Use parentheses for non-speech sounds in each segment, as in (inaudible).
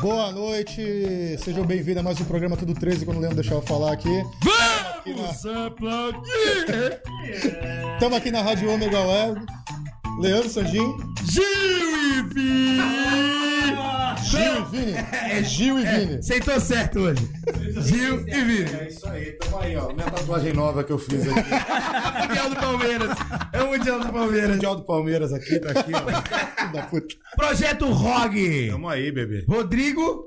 Boa noite, sejam bem-vindos a mais um programa Tudo 13, quando o Leandro deixar eu falar aqui. Vamos aplaudir! Estamos aqui na Rádio Ômega Web. Leandro Sandin, Gil e Vi! Gil e Vini. É, Gil e Vini. Sentou certo hoje. Gil e Vini. É isso aí, tamo aí, ó. Minha tatuagem nova que eu fiz aqui. Mundial do Palmeiras. É o Mundial do Palmeiras. Mundial do Palmeiras aqui, tá aqui, ó. Filho da puta. Projeto ROG. Tamo aí, bebê. Rodrigo,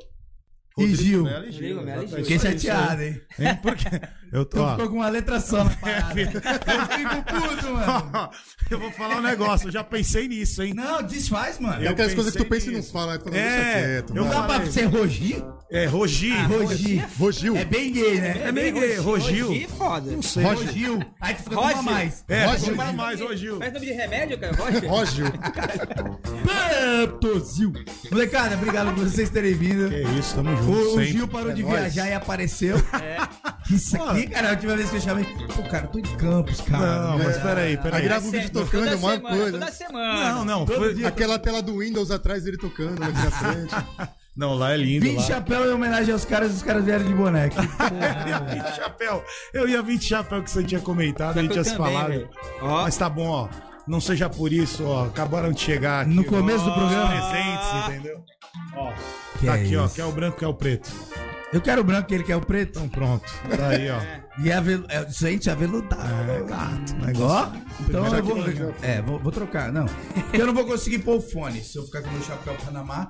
né? e Gil. Melo e Gil, Rodrigo Melo e exatamente. Gil. Fiquei chateado, hein? Hein? Porque eu tô. Tu ó. ficou com uma letra só na (laughs) parada. Eu fico puto, mano. (laughs) eu vou falar um negócio, eu já pensei nisso, hein? Não, desfaz, mano. É aquelas coisas que tu pensa pensei e não nisso. fala, né? Tu fala, deixa É, quieto, eu vai. Não dá pra falei. ser Rogi? É, Rogi. Rogi. Vou, Gil. É bem gay, né? É meio gay, Rogil. Rogi, foda. Não sei. Rogi. Rogil. Aí tu fica com uma Rogil. mais. É, Rogi. Rogi mais, Rogil. Faz nome de remédio, cara? Rocha? (laughs) Ó, Gil. Peptozil. Molecada, obrigado por vocês terem vindo. É isso, tamo O, junto. o sempre. Gil parou É de nóis. viajar e apareceu. É. Isso aqui, cara, a última vez que eu chamei. Pô, cara, eu tô em Campos, cara. Não, mas peraí, Aí peraí. grava um vídeo tocando, é toda uma semana, coisa. Toda né? semana. Não, não, foi... Aquela tela do Windows atrás dele tocando aqui na frente. não, lá é lindo. Vim de lá. chapéu em homenagem aos caras, os caras vieram de boneco. (laughs) Eu ia 20 chapéu. Eu ia 20 chapéu que você tinha comentado, a Só gente que tinha eu se também, falado. velho. Ó. Mas tá bom, ó. Não seja por isso, ó. Acabaram de chegar aqui. No começo do Ó, programa. os Presentes, entendeu? Ó. Ah. Que tá é aqui, ó. isso. Quer o branco, quer o preto. Eu quero o branco, ele quer o preto. Então pronto. Tá (laughs) aí, ó. E a velo... é, gente, aveludado. É, gato. Negócio. Então eu vou. É, vou, vou trocar. Não. Eu não vou conseguir pôr o fone. Se eu ficar com o meu chapéu Panamá,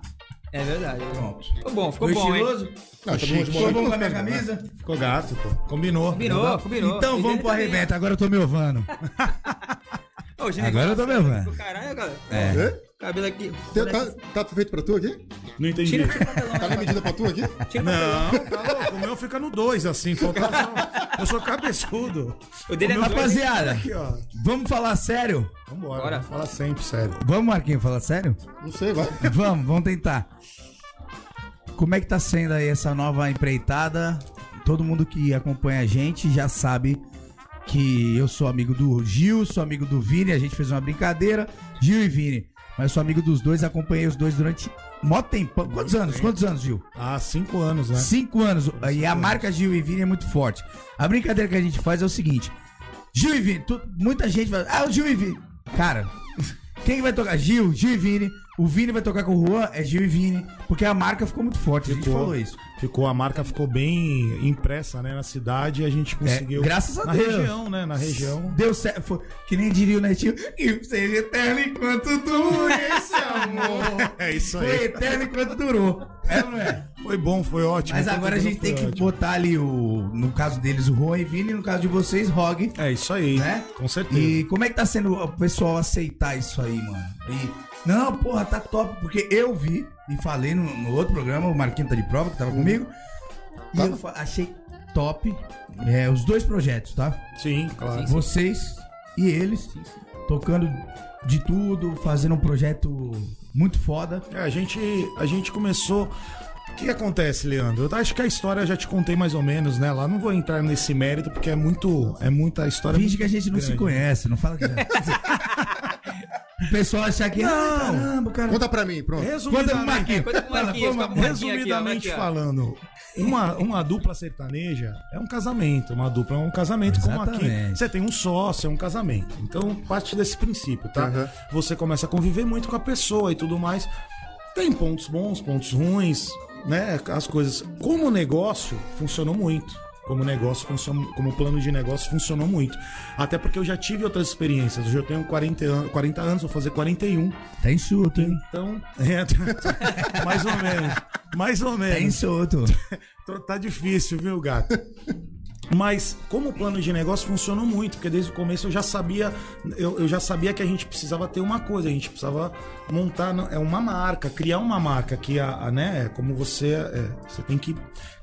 É verdade. pronto. Ficou bom, ficou Ficou bom, hein? estiloso? Tá Não, chique. Ficou bom com a minha camisa? Ficou gato, pô. Combinou. Combinou, combinou. Então vamos pro arrebento, agora eu tô me ovando. Agora eu tô me Do ovando. caralho, cara. É. Hã? Cabelo aqui. Tem- Tá, tá feito pra tu aqui? Não entendi. Tira o papelão. Tá na medida pra tu aqui? Tira o papelão. Não, tá louco. O meu fica no dois, assim. Falta só... Eu sou cabeçudo. O dele é O meu dois, hein? Rapaziada, Aqui, ó. vamos falar sério? Vambora. Bora. Fala sempre, sério. Vamos, Marquinhos, falar sério? Não sei, vai. Vamos, vamos tentar. Como é que tá sendo aí essa nova empreitada? Todo mundo que acompanha a gente já sabe que eu sou amigo do Gil, sou amigo do Vini, a gente fez uma brincadeira, Gil e Vini. Mas sou amigo dos dois, acompanhei os dois durante mó tempão. Quantos anos? Quantos anos, Gil? Há cinco anos, né? Cinco anos. E a marca Gil e Vini é muito forte. A brincadeira que a gente faz é o seguinte: Gil e Vini, tu- muita gente vai. Ah, o Gil e Vini. Cara, quem vai tocar? Gil, Gil e Vini. O Vini vai tocar com o Juan, é Gil e Vini. Porque a marca ficou muito forte. A gente Ficou. falou isso. Ficou, a marca ficou bem impressa, né, na cidade e a gente conseguiu. É, graças a na Deus. Na região, né, na região. (laughs) Deu certo. Foi, que nem diria o Netinho. Que seja eterno enquanto dure esse amor. É isso Foi eterno enquanto durou. É, ou não é? Foi bom, foi ótimo. Mas agora a gente tem que botar ali o. No caso deles, o Juan e Vini. No caso de vocês, Rog. É isso aí, né? Com certeza. E como é que tá sendo o pessoal aceitar isso aí, mano? E, não, porra, tá top, porque eu vi e falei no, no outro programa, o Marquinhos tá de prova, que tava Uhum. comigo, Tá. e eu fa- achei top é, os dois projetos, tá? Sim, claro. Vocês e eles, tocando de tudo, fazendo um projeto muito foda. É, a gente, a gente começou. O que acontece, Leandro? Eu acho que a história eu já te contei mais ou menos, né? Lá não vou entrar nesse mérito porque é muito, é muita história. Finge que a gente não se grande. conhece, não (laughs) fala que já. O pessoal achar que. Não, caramba, cara. Conta pra mim, pronto. Conta pro Resumidamente, é Marquinhos. Conta pro Fala, Marquinhos, pô, conta pro Marquinhos. Resumidamente Aqui, é ó, aqui, ó. falando, uma, uma dupla sertaneja é um casamento. Uma dupla é um casamento como aqui. Exatamente. Você tem um sócio, é um casamento. Então, parte desse princípio, tá? Uhum. Você começa a conviver muito com a pessoa e tudo mais. Tem pontos bons, pontos ruins, né? As coisas. Como negócio, funcionou muito. Como negócio, funcionou, como plano de negócio, funcionou muito. Até porque eu já tive outras experiências. Hoje eu tenho 40, an- 40 anos, vou fazer 41. Tá enxuto, hein? Então, (laughs) é, mais ou menos. Mais ou Tá menos. enxuto. Então, tá difícil, viu, gato? Mas como o plano de negócio funcionou muito, porque desde o começo eu já sabia, eu, eu já sabia que a gente precisava ter uma coisa, a gente precisava montar na- é uma marca, criar uma marca que a, a, né, é como você, é, você tem que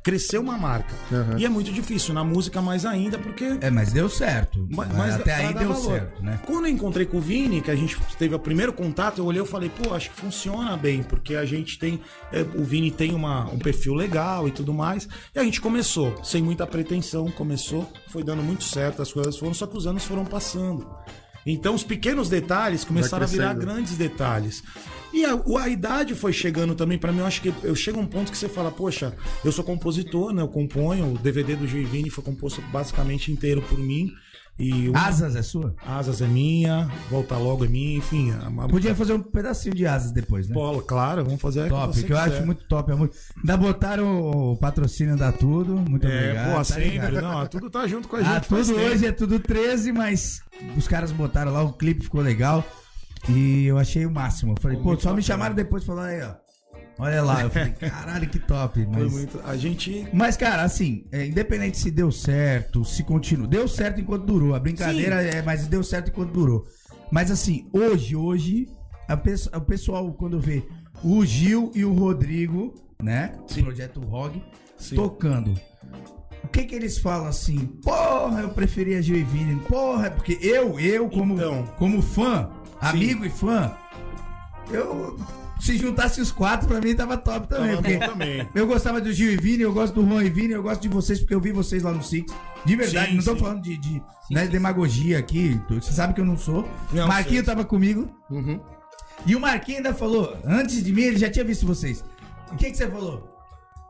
crescer uma marca. Uhum. E é muito difícil na música mais ainda, porque É, mas deu certo. Ma- Mas, Né? até dá- aí dá deu valor. certo, né? Quando eu encontrei com o Vini, que a gente teve o primeiro contato, eu olhei e falei, pô, acho que funciona bem, porque a gente tem. é, o Vini tem uma, um perfil legal e tudo mais. E a gente começou, sem muita pretensão, começou, foi dando muito certo, as coisas foram, só que os anos foram passando. Então, os pequenos detalhes começaram a virar crescendo. grandes detalhes. E a, o- a idade foi chegando também pra mim. Eu acho que eu chego a um ponto que você fala, poxa, eu sou compositor, né? Eu componho. O DVD do Givini foi composto basicamente inteiro por mim. E o Asas é sua? Asas é minha, Volta Logo é minha, enfim. A, a, Podia fazer um pedacinho de asas depois, né? Polo, claro, vamos fazer como Top, é você que eu quiser. acho muito top. É muito... Ainda botaram o patrocínio da Tudo. Muito É, obrigado. pô, tá sempre. ligado? Não, a tudo tá junto com a gente. Ah, faz tudo tempo. hoje é tudo 13, mas os caras botaram lá, o clipe ficou legal. E eu achei o máximo. Eu falei, pô, só me chamaram depois e falaram aí, ó. Olha lá. Eu falei, caralho, que top. Foi Mas, muito. A gente. mas, cara, assim, é, independente se deu certo, se continua. Deu certo enquanto durou. A brincadeira é, mas deu certo enquanto durou. Mas assim, hoje, hoje, a pesso- o pessoal, quando vê o Gil e o Rodrigo, né? do Projeto ROG, Sim. tocando. O que que eles falam assim? Porra, eu preferia Gil e Vini. Porra, porque eu, eu como, Então. como fã, amigo e fã, eu se juntasse os quatro pra mim tava top também, Tava porque bom também. eu gostava do Gil e Vini, eu gosto do Juan e Vini, eu gosto de vocês porque eu vi vocês lá no Six. De verdade, Sim, não tô sim. falando de, de, né, demagogia aqui, tu- você sabe que eu não sou. Não, Marquinho sei. tava comigo. Uhum. E o Marquinho ainda falou, antes de mim ele já tinha visto vocês. O que que você falou?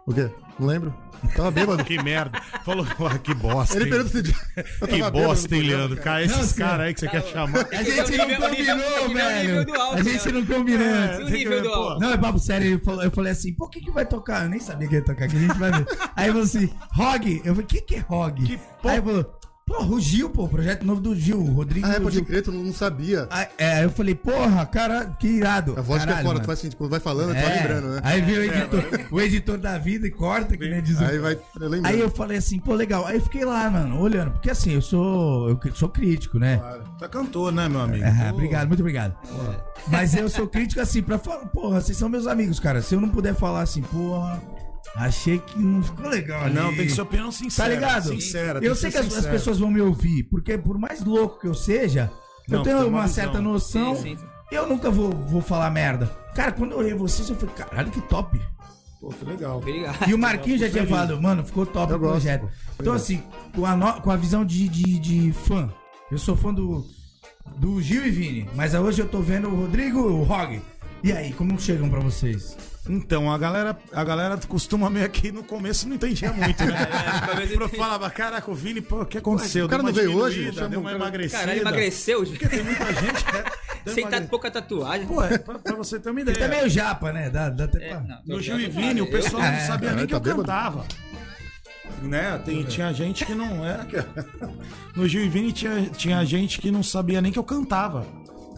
O quê? Não lembro. Tava bêbado. Que merda. Falou, "Ué, que bosta. Ele hein?" perguntou se (laughs) eu Que tava bosta, bêbado, hein, Leandro? Cara, Não, assim, esses senhor. caras aí que você quer chamar. A É o gente não nível- o nível- é o combinou, nível do velho. alto, A gente né? não combinou. É. o nível do alto. Não, é papo sério. ele falou- Eu falei assim, por que que vai tocar? Eu nem sabia que ia tocar, que a gente vai ver. Aí eu falei assim, Rog. Eu falei, o que que é Rog? Que porra. Aí ele falou, porra, o Gil, pô, projeto novo do Gil, o Rodrigo Ah, é, do pode Gil. crer, tu não sabia. Aí, é, aí eu falei, porra, cara, que irado. A voz fica Caralho, fora, tu mano. faz assim, quando vai falando, tu vai É. lembrando, né? Aí veio o editor, o editor da vida e corta, que nem diz o Aí vai lembrando. Aí eu falei assim, pô, legal. Aí eu fiquei lá, mano, olhando. Porque assim, eu sou. Eu sou crítico, né? Tá cantor, né, meu amigo? Ah, Pô, obrigado, muito obrigado. Mas eu sou crítico assim, pra falar, porra, vocês são meus amigos, cara. Se eu não puder falar assim, porra, achei que não ficou legal. ali. Não, tem que ser opinião Tá sincera. ligado? Sincera. tem eu sei que as, ser as sincera. pessoas vão me ouvir, porque por mais louco que eu seja, eu Não, tenho tem uma, uma visão. certa noção. Sim, sim, sim. Eu nunca vou, vou falar merda. Cara, quando eu olhei vocês, eu falei, caralho, que top. Pô, que legal. Obrigado. (laughs) E o Marquinhos já tinha falado, mano, ficou top Eu o gosto, projeto. pô. então, é. assim, com a, no- com a visão de, de, de fã, eu sou fã do, do Gil e Vini, mas hoje eu tô vendo o Rodrigo o Rog. E aí, como chegam pra vocês? Então, a galera, a galera costuma meio aqui no começo não entendia muito, (laughs) É, né? Eu falava, caraca, o Vini, pô, o que aconteceu? O cara Deu uma não veio hoje? diminuída, Chama Deu o uma cara. emagrecida. Caralho, emagreceu. gente. Tem muita gente, (laughs) né? Deu Sem uma tá emagre- pouca tatuagem. Pô, é, pra, pra você ter uma E ideia. também o Japa, né? Dá, dá até pra... É, não, No tô- Gil tô- e Vini, o eu- pessoal não sabia Caralho, nem que tá eu bêbado. cantava. Né? Tem- tinha gente que não era. (laughs) No Gil e Vini tinha, tinha gente que não sabia nem que eu cantava.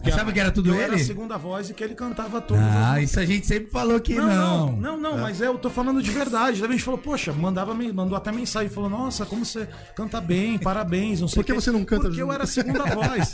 Achava que era tudo eu ele? Era a segunda voz e que ele cantava todas as Ah, isso a gente sempre falou que não, não. não, não, mas eu tô falando de verdade. Também a gente falou, poxa, mandava, men- mandou até mensagem, falou, nossa, como você canta bem, parabéns, não sei Por que o quê. você não canta Porque eu junto? era a (laughs) segunda voz.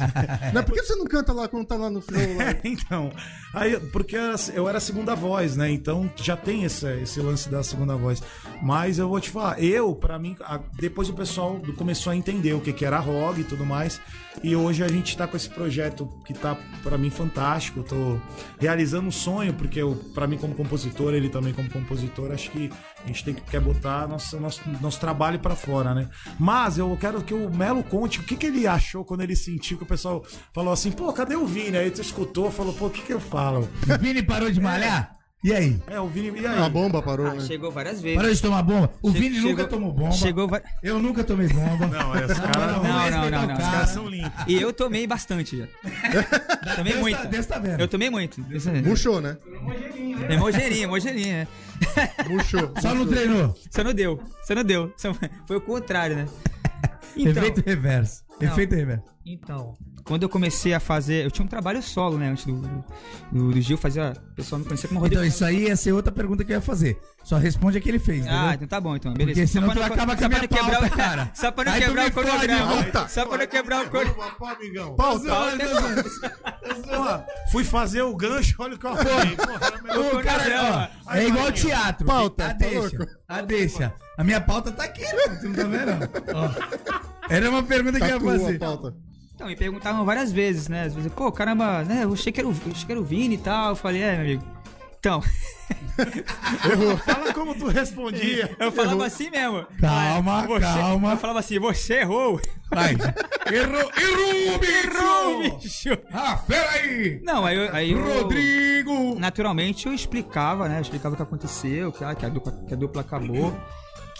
Mas por que você não canta lá quando tá lá no final? lá? É, então, aí, porque eu era- eu era a segunda voz, né? Então já tem esse, esse lance da segunda voz. Mas eu vou te falar, eu, pra mim, a- depois o pessoal do- começou a entender o que, que era ROG e tudo mais. E hoje a gente tá com esse projeto que tá, pra mim, fantástico. Eu tô realizando um sonho, porque eu, pra mim, como compositor, ele também como compositor, acho que a gente tem que quer botar nosso, nosso, nosso trabalho pra fora, né? Mas eu quero que o Melo conte o que, que ele achou quando ele sentiu que o pessoal falou assim, pô, cadê o Vini? Aí tu escutou, falou, pô, o que, que eu falo? O Vini parou de malhar? E aí? É, o Vini, e aí? A bomba parou, Ah, né? chegou várias vezes. Parou de tomar bomba? O Che- Vini nunca chegou- tomou bomba. Chegou va- Eu nunca tomei bomba. Não, é, os caras- vamos Não, não, respeitar não, o não. Os cara. caras são limpos. E eu tomei bastante (laughs) já. tomei Deus muito. tá- Deus tá vendo. Eu tomei muito. Murchou, né? É mojeirinha, mojeirinha. Murchou. Só não treinou. Você é. não deu. Você não deu. Só- Foi o contrário, né? Efeito reverso. Então. Não. Efeito reverso. Então, quando eu comecei a fazer. Eu tinha um trabalho solo, né? Antes do, do, do Gil fazia. O pessoal me conhecia como Rodrigo. Então, isso aí ia ser outra pergunta que eu ia fazer. Só responde a que ele fez, entendeu? Ah, então tá bom, então, beleza. Porque senão Só pra tu não- acaba com só a pra minha não quebrar o- pauta, cara. Só pra não Aí tu quebrar me o fode, cronograma. volta. Só pra não quebrar o cronograma. Pauta. Porra, tá. fui fazer o gancho, olha o que eu arrumei. Porra, era tá melhor- Ô, né, cara, ó, Aí, é igual ao Marinho. teatro. Pauta, A tá deixa. louco? A deixa. A minha pauta tá aqui, né? Tu não tá vendo? Ó. Era uma pergunta que eu ia Tatuou a fazer. Tá pauta. Então, me perguntavam várias vezes, né? Às vezes, pô, caramba, né? Eu achei que era o, eu achei que era o Vini e tal. Eu falei, é, meu amigo. Então, (laughs) Fala como tu respondia. eu falava assim mesmo. Calma, Você- calma. Eu falava assim, você errou. (laughs) Vai. Errou, errou, Errou, bicho. Ah, peraí! Não, aí, eu- aí eu- Rodrigo! Naturalmente eu explicava, né? Eu explicava o que aconteceu, que, ah, que, a dupla, que a dupla acabou.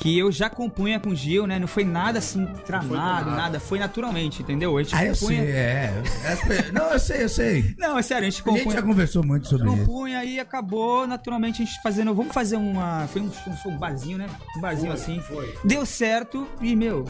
Que eu já compunha com o Gil, né? Não foi nada assim tramado, nada. Foi naturalmente, entendeu? A gente Ah, eu sei, compunha. é. As- Não, eu sei, eu sei. Não, é sério, a gente A compunha. gente já conversou muito sobre isso. compunha e acabou naturalmente a gente fazendo. Vamos fazer uma. Foi um, um, um barzinho, né? Um barzinho assim. foi. Deu certo e, meu.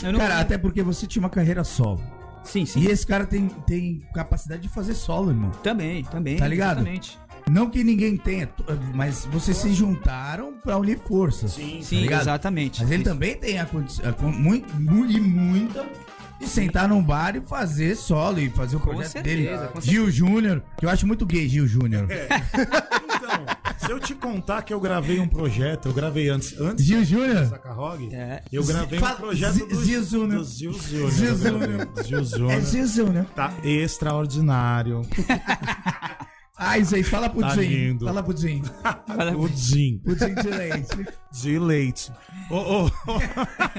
Eu não. Cara, até porque você tinha uma carreira solo. sim, sim. E esse cara tem, tem capacidade de fazer solo, irmão. Também, também. Tá ligado? Exatamente. Não que ninguém tenha, t- mas vocês se juntaram pra unir forças. Sim, Sim, ligado? exatamente. Mas ele também tem a condição, muito, muito, e muita, de sentar num bar e fazer solo e fazer o Com projeto certeza, dele. com Gil Júnior, que eu acho muito gay, Gil (laughs) Júnior. Então, se eu te contar que eu gravei um projeto, eu gravei antes, antes Gil do Júnior? Saca Rogue, É. eu gravei Fala- um projeto do Zil Zuna. do Zil Zuna, Zil eu Zuna. gravei. um Zil É Zuna. Gil Júnior. né? Tá extraordinário. Ai, Zé, fala pro Tá Zinho. lindo. Fala pro Zinho. Fala- O Jim. Pro Zinho de leite. De leite. Ô, ô, ô.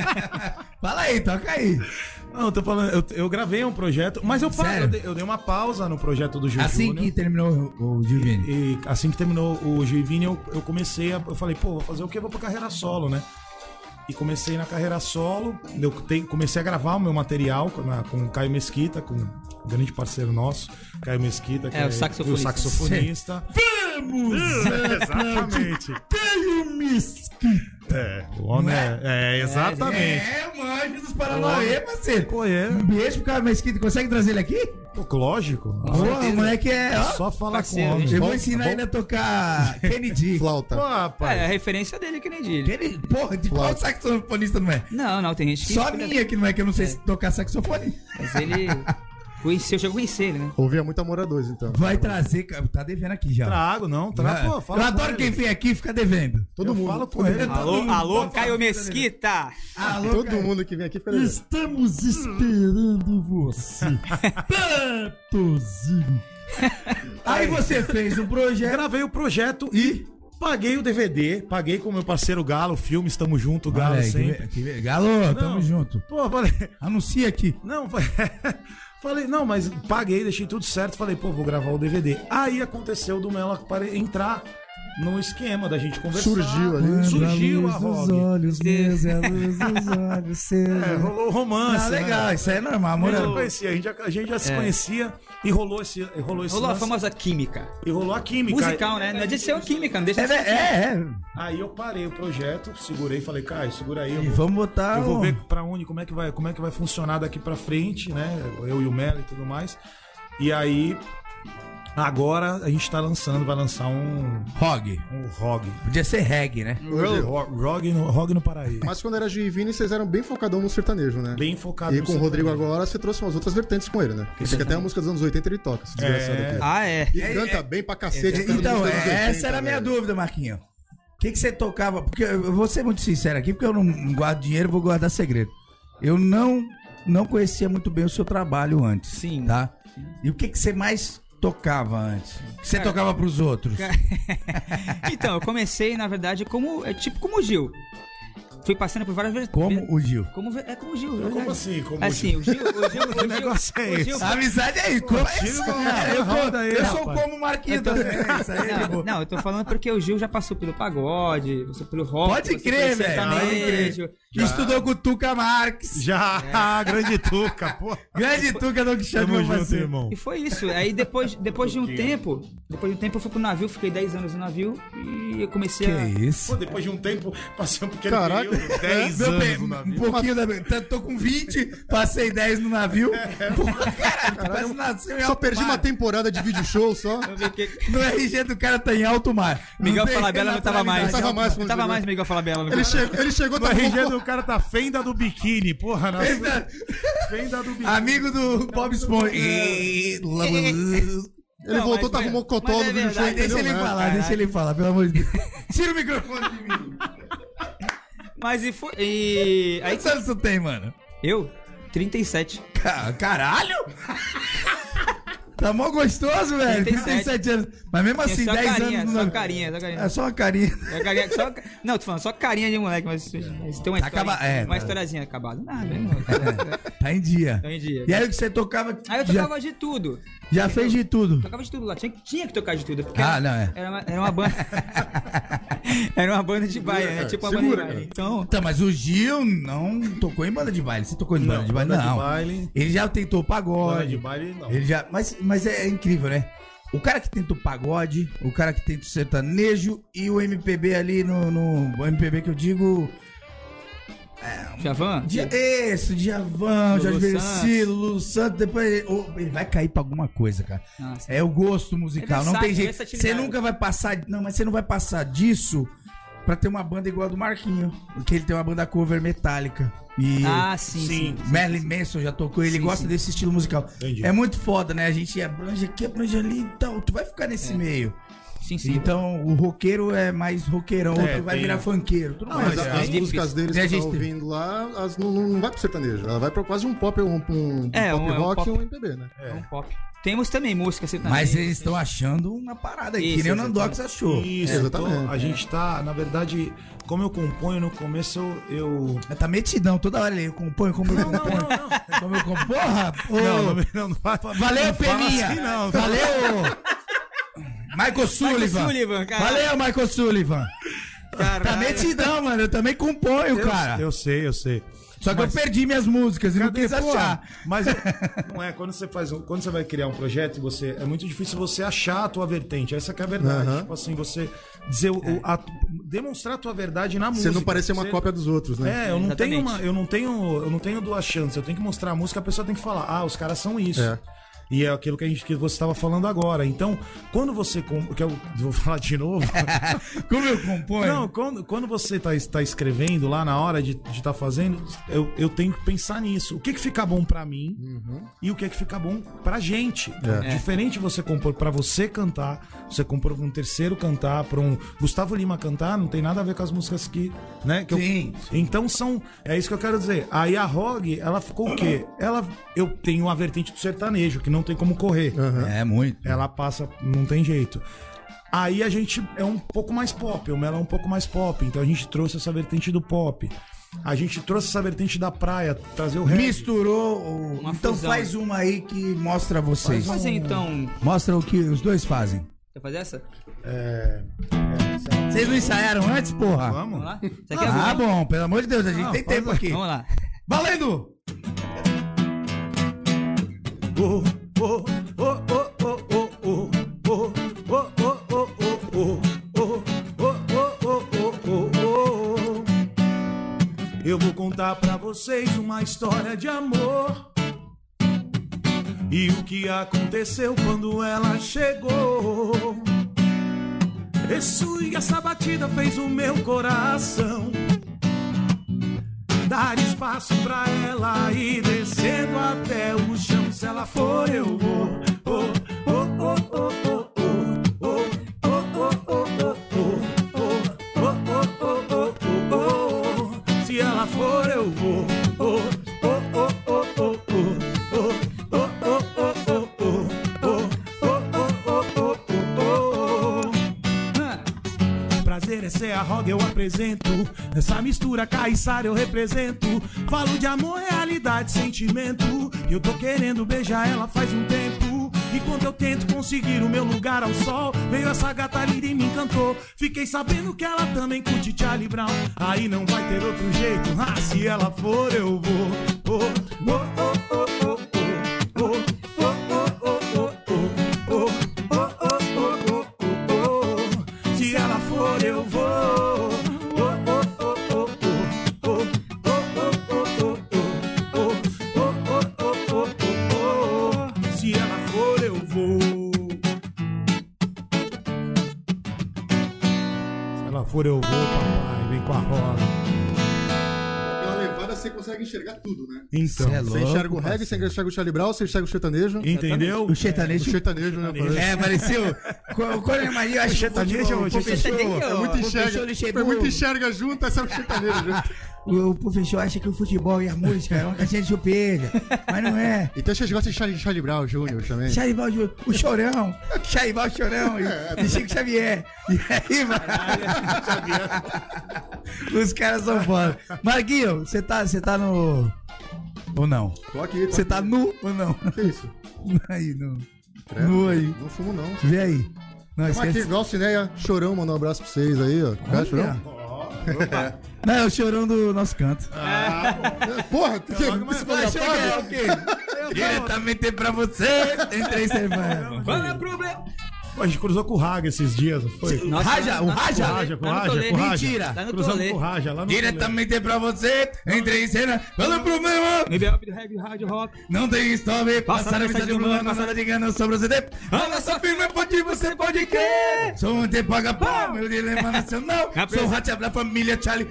(laughs) Fala aí, toca aí. Não, eu tô falando, eu, eu gravei um projeto, mas eu parei, Sério? eu, dei- eu dei uma pausa no projeto do Gil Assim Júnior. que terminou o o Gil Júnior. E assim que terminou o Givini, eu, eu comecei a. Eu falei, pô, vou fazer o quê? Vou pra carreira solo, né? E comecei na carreira solo. Eu te- comecei a gravar o meu material com, na- com o Caio Mesquita, com um grande parceiro nosso, Caio Mesquita, que É, o saxofonista. o saxofonista. É, (laughs) exatamente. É, o homem é, é, exatamente. É, manjo dos Paranauê, parceiro. Pô, é. Um beijo pro cara mesquita. Consegue trazer ele aqui? Pô, lógico. Pô, o moleque é. É ó. só falar parceiro, com o homem. gente. eu vou ensinar ele a tocar (laughs) Kennedy. Flauta. Pô, rapaz. É, a referência dele que nem dele. Kennedy. Porra, de qual Flauta. saxofonista não é? Não, não, tem gente que. né? Só minha que não é, que eu não sei se tocar saxofone. (laughs) Mas ele. Conheceu, chegou a conhecer ele, né? Ouvia muito Amor a Dois, então. Vai trazer, cara. Tá devendo aqui já. Trago, não, trago. Pô, fala É. eu com adoro ele. quem vem aqui e fica devendo. Todo Eu mundo. falo com todo ele. tá mundo. Alô, mundo alô, tá Caio falando, Mesquita! Ah, Alô, Todo cara. mundo que vem aqui fica ligado. Estamos esperando (laughs) você. Patozinho. Aí você fez um Eu projeto. gravei o projeto e paguei o DVD, paguei com o meu parceiro Galo, filme Estamos Junto, Galo Olha aí, que sempre. ve- que ve- Galo, Não. tamo junto. Pô, falei, Anuncia aqui. não, (laughs) falei, não, mas paguei, deixei tudo certo, falei, pô, vou gravar o DVD. Aí aconteceu do Mela para entrar no esquema da gente conversar. Surgiu ali. Surgiu a luz dos Rogue. olhos meus, é a luz dos (laughs) olhos seus. É, rolou romance. Ah, né? legal, É. isso aí é normal, A gente já amor. conhecia, a gente já, a gente já se conhecia e rolou esse, e rolou esse Rolou a lance, famosa química. e rolou a química. Musical, né? Não é de ser uma química, não É, deixa de ser. é, é. Aí eu parei o projeto, segurei e falei, Caio, segura aí. eu E vou- vamos botar. Eu vou um- ver pra onde, como é que vai, como é que vai funcionar daqui pra frente, né? Eu e o Melo e tudo mais. E aí agora a gente tá lançando, vai lançar um Rog. um ROG. Podia ser reggae, né? Ro- ROG no ROG no Paraíba. Mas quando era Givini, vocês eram bem focadão no sertanejo, né? Bem focado E no com o Rodrigo sertanejo. agora, você trouxe umas outras vertentes com ele, né? Porque isso aqui até a música dos anos 80 ele toca, esse desgraçado É. aqui. Ah, é. E canta bem pra cacete. canta Então, música dos anos essa 80, era a minha velho. dúvida, Marquinho. O que, que você tocava? Porque eu eu vou ser muito sincero aqui, porque eu não guardo dinheiro, vou guardar segredo. Eu não não conhecia muito bem o seu trabalho antes. Sim. Tá? E o que, que você mais tocava antes? O que você Cara, tocava pros outros? Então, eu comecei, na verdade, como. É tipo como o Gil. Fui passando por várias vezes. Como o Gil. Como, ve- é como o Gil, verdade. Como assim? Como Assim, o Gil. O (laughs) Gil, o Gil, negócio é o Gil- A amizade é isso. é isso, não, cara. Eu, roda aí, eu sou rapaz. como o Marquinho também. Isso aí é de Não, boa. não, eu tô falando porque o Gil já passou pelo pagode, você pelo rock. Pode você crer, pelo velho. Pode sertanejo. crer. Estudou com o Tuca Marques. Já, É. (laughs) a grande tuca, pô. Grande Tuca Don Quixote, Tamo meu junto, parceiro. irmão. E foi isso. Aí depois, depois de um tempo, depois de um tempo eu fui pro navio, fiquei 10 anos no navio e eu comecei a. Que isso? Pô, depois de um tempo, passei um pequeno Caraca. período, É 10 Meu anos bem, no um navio. pouquinho da. Tanto tô com 20, passei 10 no navio. É. (laughs) tipo, Porra, caralho, parece nasceu em Só é alto perdi uma mar. temporada de vídeo show só. Eu fiquei- No RG do cara tá em alto mar. Miguel tem Falabella não tava Não mais. tava mais Não quando tava jogou. mais Miguel Falabella. no Ele, Brasil. chegou, ele chegou, O tava RG com do cara tá fenda do biquíni, porra. Na... naturalidade. (laughs) Fenda do biquíni. Amigo do Bob Esponja. Ih, lá- Ele Não, voltou, mas tava é- um mocotó mas no é vídeo show, verdade, entendeu? Deixa ele nada. falar, deixa ele falar, pelo amor de Deus. Tira o microfone de mim. Mas e foi. E. Aí Quantos anos tu tem, mano? eu, 37. Ca- Caralho! Tá mó gostoso, velho. 37. 37 anos. Mas mesmo Tem assim, só 10 carinha, anos. só não- carinha, só carinha. É só a carinha. É a carinha- só ca- não, tô falando só carinha de moleque, mas, mas tem uma, Tá acaba- historinha- é, uma tá. historiazinha acabada. Nada, hein? Tá em dia. Tá em dia. E aí o que você tocava. Aí eu já- tocava de tudo. já fez de tudo. Tocava de tudo lá. Tinha, tinha que tocar de tudo. Porque Ah, era, não, é. Era uma, era uma banda. (laughs) era uma banda de baile, né? cara, Tipo uma segura, banda de baile. cara. Então. Tá, mas o Gil não tocou em banda de baile. Você tocou em banda Não, de baile? banda de Não. baile- Ele já tentou Banda pagode. de baile, não. Ele já. Mas, mas é incrível, né? O cara que tenta o pagode, o cara que tenta o sertanejo e o MPB ali no. no o MPB que eu digo. Javan? é Di- Esse, Djavan, Lulu Jorge Santos. Versilo, Lulu Santos, depois ele, ou ele vai cair pra alguma coisa, cara. Nossa. É o gosto musical, É não tem versátil, jeito. Você versatilidade. nunca vai passar, não, mas você não vai passar disso pra ter uma banda igual a do Marquinho, porque ele tem uma banda cover metálica. E Ah, sim, sim. Sim. Merlin Manson já tocou, ele Sim, gosta sim. desse estilo musical. Entendi. É muito foda, né? A gente abrange aqui, abrange ali e tal. Tu vai ficar nesse meio. É. Sim, sim. Então, o roqueiro é mais roqueirão, É, tu vai tem- virar funkeiro. Tu não Ah, vai mas é. virar- as difícil. músicas deles Tem que a eu gente- tava ouvindo lá, as, não, não vai pro sertanejo. Ela vai pra quase um pop, um, um, um É, pop um- é um rock pop. e um MPB, né? É um pop. Temos também música sertaneja. Mas é eles estão achando uma parada aí, que Isso, nem o Nandox achou. Isso, É, eu tô- exatamente. a gente tá, na verdade, como eu componho no começo, eu. eu- Mas Tá metidão, toda hora ele eu componho, como eu componho. Como eu componho. Porra! ô, (laughs) não, não vai pra- valeu, não fala Peninha! assim, não. valeu! Michael Sullivan! Sullivan, cara. Valeu, Michael Sullivan! Caralho. Tá metidão, mano, eu também componho, Eu, cara. eu sei, eu sei. Só que eu perdi minhas músicas e não Cadê, quis porra? achar. Mas não é, quando você faz, um- quando você vai criar um projeto, você é muito difícil você achar a tua vertente. Essa que é a verdade. Aham. Tipo assim, você dizer o- o- a- demonstrar a tua verdade na Você música. não parecer uma Você- cópia dos outros, né? É, eu não Exatamente. tenho uma, eu não tenho, eu não tenho duas chances. Eu tenho que mostrar a música, a pessoa tem que falar: "Ah, os caras são isso". É. E é aquilo que a gente que você estava falando agora. Então, quando você com- que eu vou (laughs) falar de novo, (laughs) Como eu componho? Não, quando, quando você tá, tá escrevendo lá na hora de estar tá fazendo, eu, eu tenho que pensar nisso. O que que fica bom pra mim e o que que fica bom pra gente. Uhum. É. Diferente você compor pra você cantar, você compor pra um terceiro cantar, pra um Gustavo Lima cantar, não tem nada a ver com as músicas que, né, que eu- Sim. então são. É isso que eu quero dizer. Aí a Rog, ela ficou o quê? Ela. Eu tenho a vertente do sertanejo, que não tem como correr. Aham. É muito. Ela passa. Não tem jeito. Aí a gente é um pouco mais pop, o Melo é um pouco mais pop, então a gente trouxe essa vertente do pop. A gente trouxe essa vertente da praia, trazer o reggae. Misturou. o- Uma então fusão. faz uma aí que mostra vocês. Vamos fazer então. Mostra o que os dois fazem. Quer fazer essa? É, é, sei lá. Vocês não ensaiaram antes, porra? vamos? Vamos lá? Isso aqui é Ah, bom. bom, pelo amor de Deus, a gente Não, tem faz tempo aí. aqui. Vamos lá. Valendo! Oh, oh, oh, oh, oh, oh, oh, oh, oh, oh, oh, oh, oh, oh, oh, oh, oh, oh, oh. Eu vou contar pra vocês uma história de amor e o que aconteceu quando ela chegou. Isso e essa batida fez o meu coração dar espaço pra ela e descendo até o chão. Se ela for, eu vou. Oh, oh, oh, oh, oh, oh, oh, oh, oh, oh, oh, oh, oh, oh, oh, oh, oh. Se ela for, eu vou. Oh, oh, oh, oh, oh, oh, oh, oh, oh, oh, oh, oh, oh, oh, oh, oh, oh, oh. Prazer é ser a roga, eu apresento. Nessa mistura caiçara eu represento. Falo de amor, realidade, sentimento. E eu tô querendo beijar ela faz um tempo. E quando eu tento conseguir o meu lugar ao sol, veio essa gata linda e me encantou. Fiquei sabendo que ela também curte Charlie Brown. Aí não vai ter outro jeito, ah, se ela for eu vou. Oh, oh, oh, oh, oh, oh, oh, oh, oh, oh, oh, oh, oh, oh, oh, oh, oh. Oh, Se ela for, eu vou. Oh, oh, oh, oh, oh, oh, oh, oh, oh, oh, oh, oh, oh, oh, oh. Se ela for, eu vou. Se ela for, eu vou, papai. Vem com a roda. Pela levada você consegue enxergar tudo, né? Então, Cê é louco, Você enxerga o reggae, você parceiro. enxerga o Charlie Brown, você enxerga o sertanejo. entendeu? É, O O sertanejo. sertanejo, né? parece? É, pareceu. Co- O Conan Maria, eu acho que sertanejo, o o professor- sertanejo. o É muito professor enxerga. Foi Luxemburgo- muito enxerga junto, essa é o sertanejo. (laughs) junto. O o professor acha que o futebol e a música é uma caixinha de chupeta, mas não é. Então vocês gostam de Charlie, Charlie Brown Jr. também? Charival, Ju- o Chorão, Charival Chorão e, e Chico Xavier. E aí, mano? Os caras são foda. Marguinho, você tá, você tá no. Ou não? Tô aqui. tô Você tá aqui. nu ou não? Que isso? (laughs) Aí, não. Credo. Nu aí. Não fumo, não. Vê aí. Tamo Não, aqui, esquece. Glaucineia, Chorão, mandou um abraço pra vocês aí, ó. Cara, Chorão? Não, é o chorão do nosso canto. Ah, É, É, Porra, tu que esse chegar o quê? Diretamente pra você, tem três semanas. Qual é o problema? A gente cruzou com o Raga esses dias, não foi? Nossa, Raja, tá o no Raja. Tolê, Raja, com tá no Raja, Tolê. com Raja. Mentira. Tá no Cruzamos Tolê. com o Raja lá no Diretamente pra você, em três semanas. Qual é o problema? MBOP do Heavy Hard Rock. Não tem stop, passaram Passaram a mensagem mensagem do humana, mano, passaram de engano sobre o CD. A nossa firma é forte, você pode crer. Sou um tempo paga pau, meu dilema nacional. Apresen- Sou racha da família Charlie.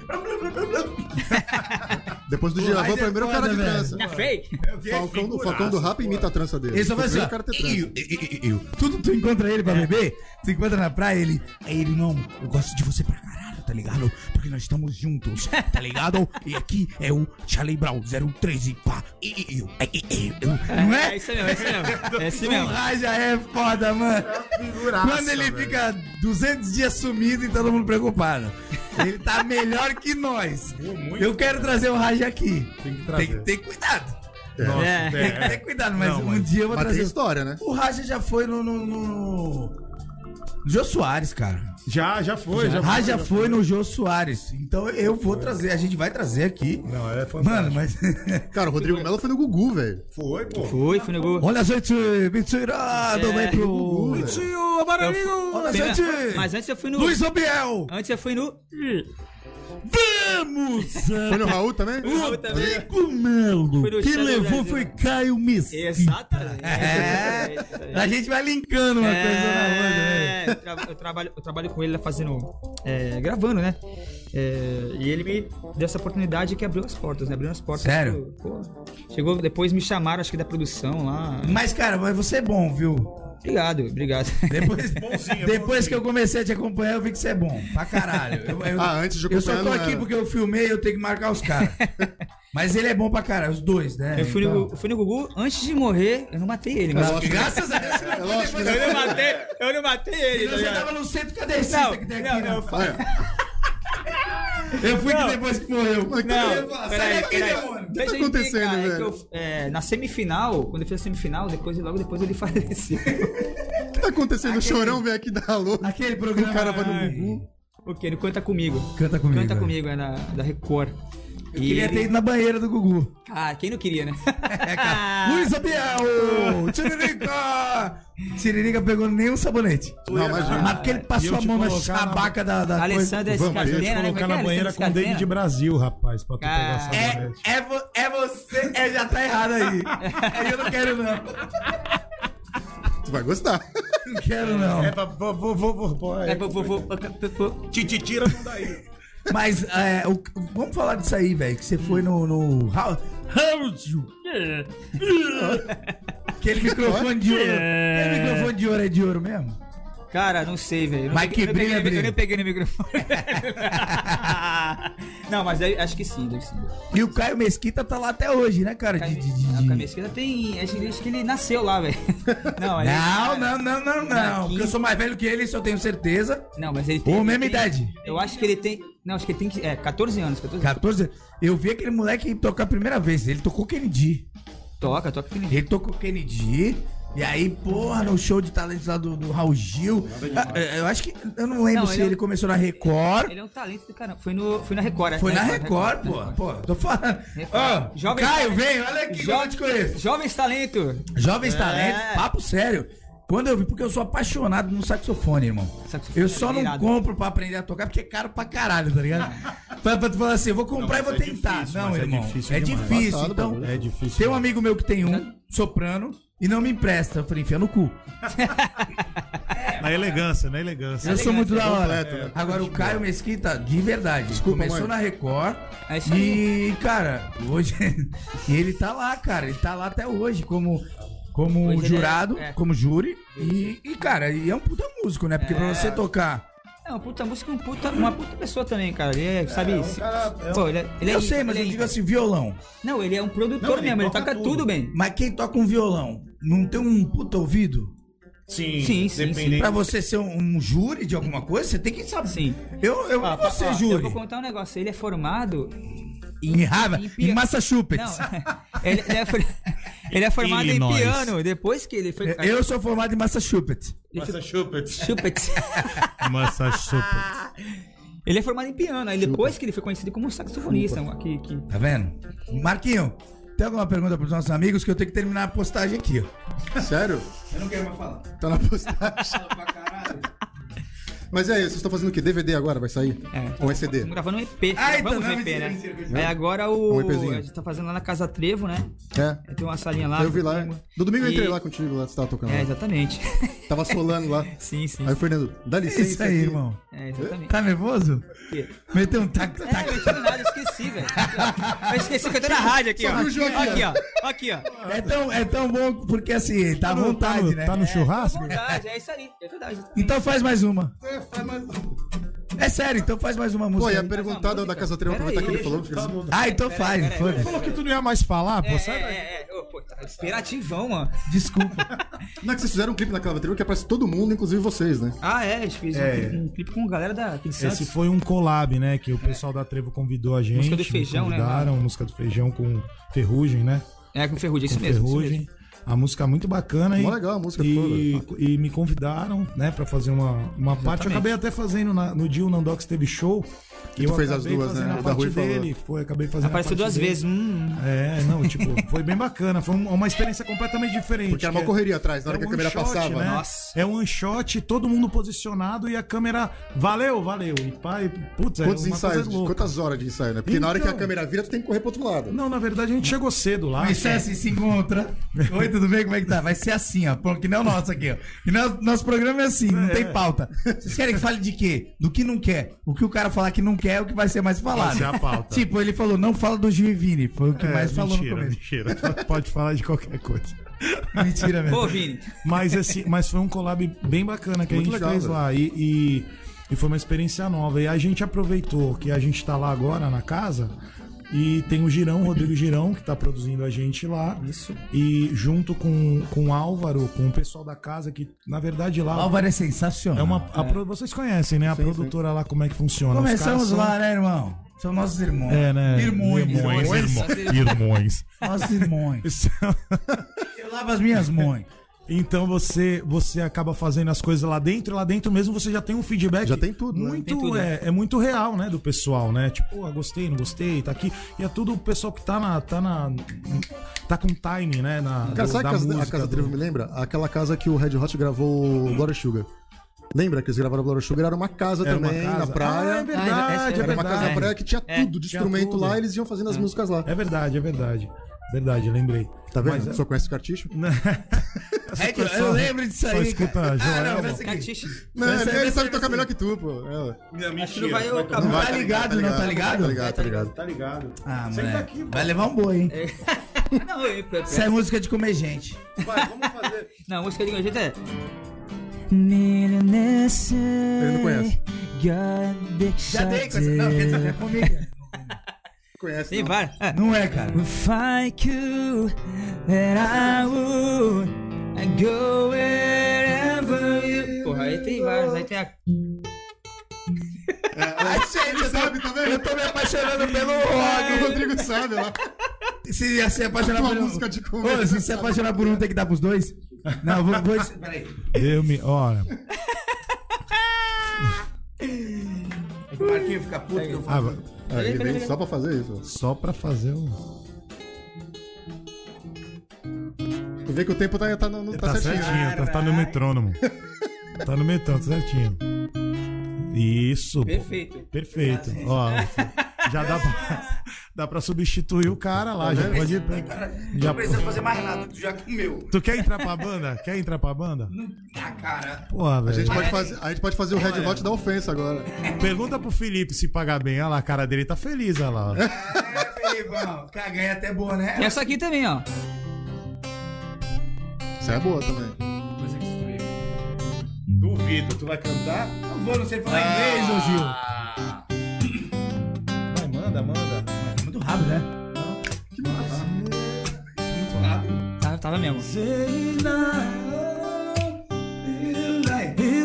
Depois do Djavan, Raio é primeiro o cara foda, de velho. trança. Minha fake. É Falcão do, Falcão do Rap imita a trança dele. Ele só faz Primeiro assim, ó. o tá cara ter trança. "Iu, iu, iu, iu". Tudo tu encontra ele pra É. beber, tu encontra na praia, ele. Aí ele, não, eu gosto de você pra caralho, tá ligado? Porque nós estamos juntos, tá ligado? E aqui é o Charlie Brown 013, pá. Iu, iu, iu, iu, iu". Não É é? isso mesmo, é isso mesmo. (laughs) É isso O mesmo. Raja é foda, mano. Quando ele fica 200 dias sumido e todo mundo preocupado. Ele tá melhor que nós. muito Eu quero trazer o Raj aqui. Tem que Tem trazer. que ter cuidado. Nossa, É. é. Tem que ter cuidado, mas Não, um mas- dia eu vou Mas tem trazer. história, né? O Raja já foi no. no, no... Jô Soares, cara. Já, já foi, já, O Raja foi no Jô Soares. Então eu vou trazer, a gente vai trazer aqui. Não, é fantástico. Mano, mas. Cara, o Rodrigo Melo foi no Gugu, velho. Foi, pô. Foi, foi no gol. (laughs) Olha a gente, mentirado, É. vai pro. velho. Mentira, Olha a Pena- gente. Mas antes eu fui no. Luiz Obiel! Antes eu fui no. (laughs) Vamos! Foi no Raul (laughs) também? Raul também. Rodrigo Melo! Foi no Quem Chá do levou Brasil. foi Caio Messi. Exatamente. (laughs) É. Exatamente. A gente vai linkando uma coisa na outra, né? É, eu, tra- eu trabalho, eu trabalho com ele lá fazendo. é, gravando, né? É, e ele me deu essa oportunidade que abriu as portas, né? Abriu as portas. Sério? Pô, chegou depois, me chamaram, acho que da produção lá. Mas, cara, mas você é bom, viu? Obrigado, obrigado. (laughs) Depois, é Bonzinho, depois bonzinho. que eu comecei a te acompanhar, eu vi que você é bom. Pra caralho. Eu, eu- Ah, antes de eu só acompanhar, tô não aqui era. porque eu filmei, eu tenho que marcar (laughs) os caras. mas ele é bom pra caralho, os dois, né? eu, fui Então- no, eu fui no Gugu, antes de morrer, eu não matei ele, mas. É lógico. Graças a Deus, você não É lógico que não. foi (laughs) depois- Eu não matei, eu não matei ele. tá Você ligado? tava no centro cadecista Não, que tem aqui. não, né? não, Olha, Eu fui Não. que depois que morreu. Não, peraí, peraí. Deixa tá eu acontecendo, explicar, é velho? que eu, é, na semifinal, quando eu fiz a semifinal, depois, logo depois ele (laughs) faleceu. o que tá acontecendo? O Chorão vem aqui dar alô. Aquele programa. O cara vai no Gugu. o que? Ele canta comigo. Canta comigo. Canta comigo, é na, da Record. E Queria ter ido na banheira do Gugu. Ah, quem não queria, né? É, cara. Ah. (laughs) Luiz Abiel! Tiririca! Tiririca pegou nem um sabonete. Não, Ah, imagina. Mas porque ele passou eu a te mão na colocar na- chabaca da, da Alessandra Vamos, deixa eu te Escardena, né? Como é que Colocar é? na Alessandra banheira com o David Escardena? Brasil, rapaz, pra tu pegar Ah, essa coisa. é... É, é, vo- é você. É, já tá errado aí. Aí eu não quero, não. Tu vai (laughs) gostar. Não quero, não. É, pra- vou, vou, vou, vou, vou, É, é. pô, pô, pô, pô, pô. Te, te tira não daí. Mas é, o- vamos falar disso aí, velho. Que você foi no. no How, Aquele microfone de ouro. Aquele microfone de ouro é de ouro mesmo? Cara, não sei, velho. Eu não Vai que peguei- eu não brilha, peguei- brilha. Eu nem peguei no microfone. (laughs) não, mas aí, acho que sim, deve sim. E o Caio Mesquita tá lá até hoje, né, cara? De, de, de- A cabeça tem. Acho que- acho que ele nasceu (laughs) lá, velho. Não, ele- é Não, não, não, não, não. Daqui- Porque eu sou mais velho que ele, isso eu tenho certeza. Não, mas ele tem. Ou ele mesma tem- idade. Eu acho que ele tem. Não, acho que ele tem. que- É, 14 anos, 14 anos. 14 Eu vi aquele moleque tocar a primeira vez. Ele tocou Kennedy. Toca, toca que nem. Ele tocou Kennedy. E aí, porra, no show de talentos lá do, do Raul Gil. Ah, é, Eu acho que. Eu não lembro Não, se ele é um- ele começou na Record. Ele é um talento do caramba. Foi, no, foi na Record, né? Foi na Record, pô. Pô, tô falando. Ó, Jovem- Caio, vem, olha aqui que eu te conheço. Jovens talento. Jovens É. talentos, papo sério. Quando eu vi, porque eu sou apaixonado no saxofone, irmão. Saxofone eu só é não irado. compro pra aprender a tocar, porque é caro pra caralho, tá (laughs) ligado? pra, pra tu falar assim, eu vou comprar e vou tentar. não, mas é irmão. É difícil. difícil É demais. difícil Passado, então, bagulho. É difícil. tem um amigo meu que tem um, soprano, e não me empresta. Eu falei, enfia no cu. Mas Na elegância, na elegância. Eu Tá sou muito da hora. completo, né? Agora, o Caio Mesquita, de verdade, Desculpa, começou mãe. na Record. É isso e, cara, hoje. (laughs) e ele tá lá, cara. Ele tá lá até hoje como, como Hoje ele jurado, é- é. como júri. E, e, cara, e é um puta músico, né? Porque pra você tocar. É uma puta música, um puta, uma puta pessoa também, cara. Ele é, sabe? se- cara- é um- Pô, ele é- ele é eu sei, mas ele eu é- digo assim, violão. Não, ele é um produtor Não, ele mesmo, ele toca toca tudo. tudo, bem. Mas quem toca um violão não tem um puta ouvido? Sim, Sim, sim, dependendo- Pra você ser um, um júri de alguma coisa, você tem que saber. Sim. Eu, eu Ó, não vou ser ó, Eu júri. vou contar um negócio. Ele é formado Em Harvard, em em, Pia- Massachusetts. Não, (laughs) ele, ele é, for- ele é formado Illinois. em piano. Depois que ele foi. (laughs) Eu sou formado em Massachusetts. ele foi- Massachusetts. Chupa-te. Massachusetts. (laughs) Ele é formado em piano. Aí depois que ele foi conhecido como saxofonista. um- Que, que... Tá vendo? Marquinho, tem alguma pergunta pros nossos amigos que eu tenho que terminar a postagem aqui, ó. Sério? Eu não quero mais falar. Tá na postagem. Mas e aí, vocês estão fazendo o quê? DVD agora? Vai sair? É. Ou é CD? Estamos gravando um EP. Ah, Gravamos então, um não, EP, mentira, né? mentira, Aí agora o. Um EPzinho. a gente tá fazendo lá na Casa Trevo, né? É. Tem uma salinha lá. eu vi lá. Ah, No domingo eu E- entrei lá contigo, lá você tava tocando. É, lá. exatamente. (laughs) Tava solando lá. sim, sim. Aí o Fernando, dá É licença. isso aí, aqui. irmão. É, exatamente. Tá nervoso? Quê? Meteu um tac, É, tac. eu não tinha nada, eu esqueci, velho. Eu esqueci que eu tô na rádio aqui, ó. Só viu o jogo Aqui, ó. Aqui, ó. É tão, é tão bom porque assim, ele tá à no- tá vontade, no- né? Tá no churrasco? Verdade, é isso aí. É verdade. Então faz mais uma. É sério, então faz mais uma Pô, e música. a aí. perguntada da Casa Treva, Pera aproveitar aí, que ele falou. assim, Tá bom, Ah, então Pera, faz, pera, foda-se. Falou que tu não ia mais falar, pô. É, Sai daí. é, é. Ô, pô, tá imperativão, mano. Desculpa. Não é que vocês fizeram um clipe na Casa Treva que aparece todo mundo, inclusive vocês, né? Ah, é, a gente fez um É. clipe- um, clipe com a galera da aqui de Santos. Esse foi um collab, né? Que o pessoal da Trevo convidou a gente. Música do Feijão, me né, convidaram, Música do Feijão com Ferrugem, né? É, com Ferrugem, Com isso mesmo. isso Ferrugem. A música é muito bacana. Mó e, legal a música e, e me convidaram, né, pra fazer uma, uma parte. Eu acabei até fazendo na- no dia o Nandox teve show. tu E eu fez as acabei duas, fazendo né? A Da parte Rui falou. dele. Foi, acabei fazendo a Apareceu parte duas dele. vezes. Hum. É, não, tipo, foi bem bacana. Foi um- uma experiência completamente diferente. Porque era uma que é- correria atrás, na hora é que a um câmera shot, passava. né? Nossa. É um one-shot, todo mundo posicionado e a câmera. Valeu, valeu. E pai, putz, é Quantos uma ensaios? coisa louca. Quantas horas de ensaio, né? Porque na hora que Então. a câmera vira, tu tem que correr pro outro lado. Não, na verdade a gente chegou cedo lá. Mas é assim, se encontra. Oi, tudo bem? Como é que tá? Vai ser assim, ó. Pô, Que nem o nosso aqui, ó. E no- nosso programa é assim, não tem pauta. Vocês querem que fale de quê? Do que não quer. O que o cara falar que não quer é o que vai ser mais falado. Essa é a pauta. Tipo, ele falou, não fala do Givini. Foi o que É, mais falou no mentira, começo. mentira. (laughs) Pode falar de qualquer coisa. Mentira mesmo. Pô, Vini. Mas, assim, mas foi um collab bem bacana que Muito a gente legal, fez velho. lá. E, e, e foi uma experiência nova. E a gente aproveitou que a gente tá lá agora na casa. E tem o Girão, o Rodrigo Girão, que tá produzindo a gente lá. Isso. E junto com, com o Álvaro, com o pessoal da casa, que na verdade lá. O Álvaro é sensacional. É uma, Ah, a pro- vocês conhecem, né? A produtora lá, como é que funciona. Os caras Começamos são- lá, né, irmão? São nossos irmãos. É, né? Irmões. Irmões. irmão- irmões. Nossos irmãos. São- Eu lavo as minhas mães. (laughs) Então você você acaba fazendo as coisas lá dentro, e lá dentro mesmo você já tem um feedback. Já tem tudo, né? Muito, Tem tudo, é, é muito real, né, do pessoal, né? Tipo, ah, gostei, não gostei, tá aqui. E é tudo o pessoal que tá na tá na tá com time, né, na Cara, do- sabe a casa, a música, casa do- Trevo me lembra? Aquela casa que o Red Hot gravou o Glory Sugar. Lembra que eles gravaram o Glory Sugar? Era uma casa Era É uma também, casa. na praia. Ah, é verdade, Ah, essa- é Era uma casa verdade. na praia que tinha É, tudo de tinha instrumento tudo. lá, eles iam fazendo as músicas lá. É verdade, é verdade. Verdade, lembrei. Tá vendo? Mas- é Só conhece o cartucho? É que eu- eu lembro disso Só aí. escuta cara. Joelma. Ah, não, pensa aqui. Catiche. Não, é ele, ele sabe assim. tocar melhor que tu, pô. É. Acho que não vai eu Não acabar. vai, tá ligado, não tá ligado? Tá ligado, tá ligado. Tá ligado? Ah, Senta moleque. aqui, pô. Vai levar um boi, hein? Não, eu, eu, eu, Isso é música de comer gente. Vai, vamos fazer. não, a música de hoje é. Ele não conhece. Já dei com essa. Não, quer dizer, é comigo. Conhece. Tem não. várias. É. Não é, cara. If I could, that I would, I'd go wherever you. Porra, aí tem várias, aí tem a. Ai, gente, (laughs) Ele eu tô, sabe também. eu tô me apaixonando pelo O rock. Rodrigo sabe lá. Se ia se apaixonar Tua por um. música de comer. Ô, se se apaixonar por um, tem que dar pros dois? Não, vou. vou... Peraí. Eu me, olha, É que (laughs) o Marquinho fica puto que eu ah, falo. vai- Ah, ele veio só pra fazer isso. só pra fazer um Tu vê que o tempo tá, tá, no- no- tá Tá certinho. né? certinho, tá, tá (laughs) no metrônomo. tá no metrônomo, tá certinho. Isso. pô. Perfeito. Perfeito. Ó, já dá pra, (laughs) Dá pra substituir o cara lá. Já pode ir. Já... Não precisa fazer mais nada, tu já comeu. Tu quer entrar pra banda? Quer entrar pra banda? Ah, cara. né? Porra, A gente, velho. pode É. fazer, a gente pode fazer o Red Hot da ofensa agora. Pergunta pro Felipe se pagar bem. Olha lá, a cara dele tá feliz, olha lá. (laughs) É, Felipão, caguei até boné. E Essa aqui também, ó. Isso é boa também. Duvido. Tu vai cantar? Não vou, não sei falar Ah. inglês, ô Gil. Vai, manda, manda. Muito rápido, né? Tava, Tá, tava mesmo. Is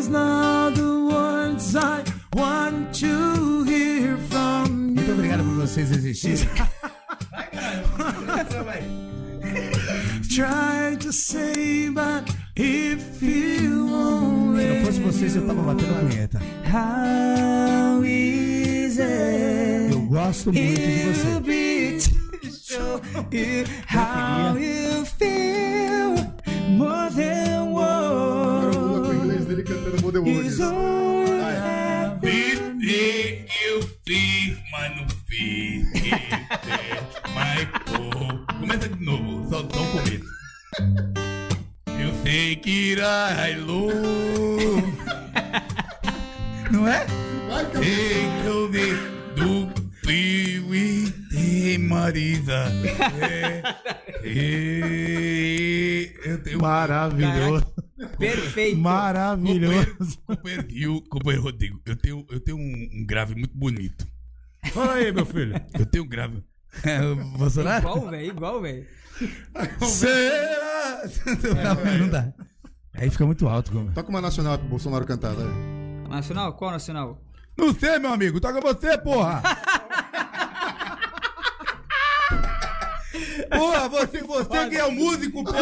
not the words I want to hear from Muito obrigado por vocês existirem. Try to say, but if you only Se não fosse vocês, eu tava batendo a punheta. How is it? Eu gosto muito de vocês. How you feel more than words. Agora o Lula com o inglês dele cantando Modern Words. Fiquei, eu fiz, mas não fiz. Mas pô. Começa de novo, só, só o começo. Eu sei que irá, Lu. Não é? Take over do Piwi de Marisa. É, é, eu (laughs) tenho Maravilhoso. Perfeito. Maravilhoso. companheiro, e o companheiro Rodrigo. Eu tenho, eu tenho um, um grave muito bonito. Fala aí, meu filho. Eu tenho um grave. É, o Bolsonaro? Igual, velho, igual, velho. Será? Não, é. não dá. Aí fica muito alto, é. como. Toca uma nacional pro Bolsonaro cantar, vai. Nacional? (laughs) Qual nacional? (laughs) Não sei, meu amigo. Toca você, porra. Porra, você, você que é o músico, porra.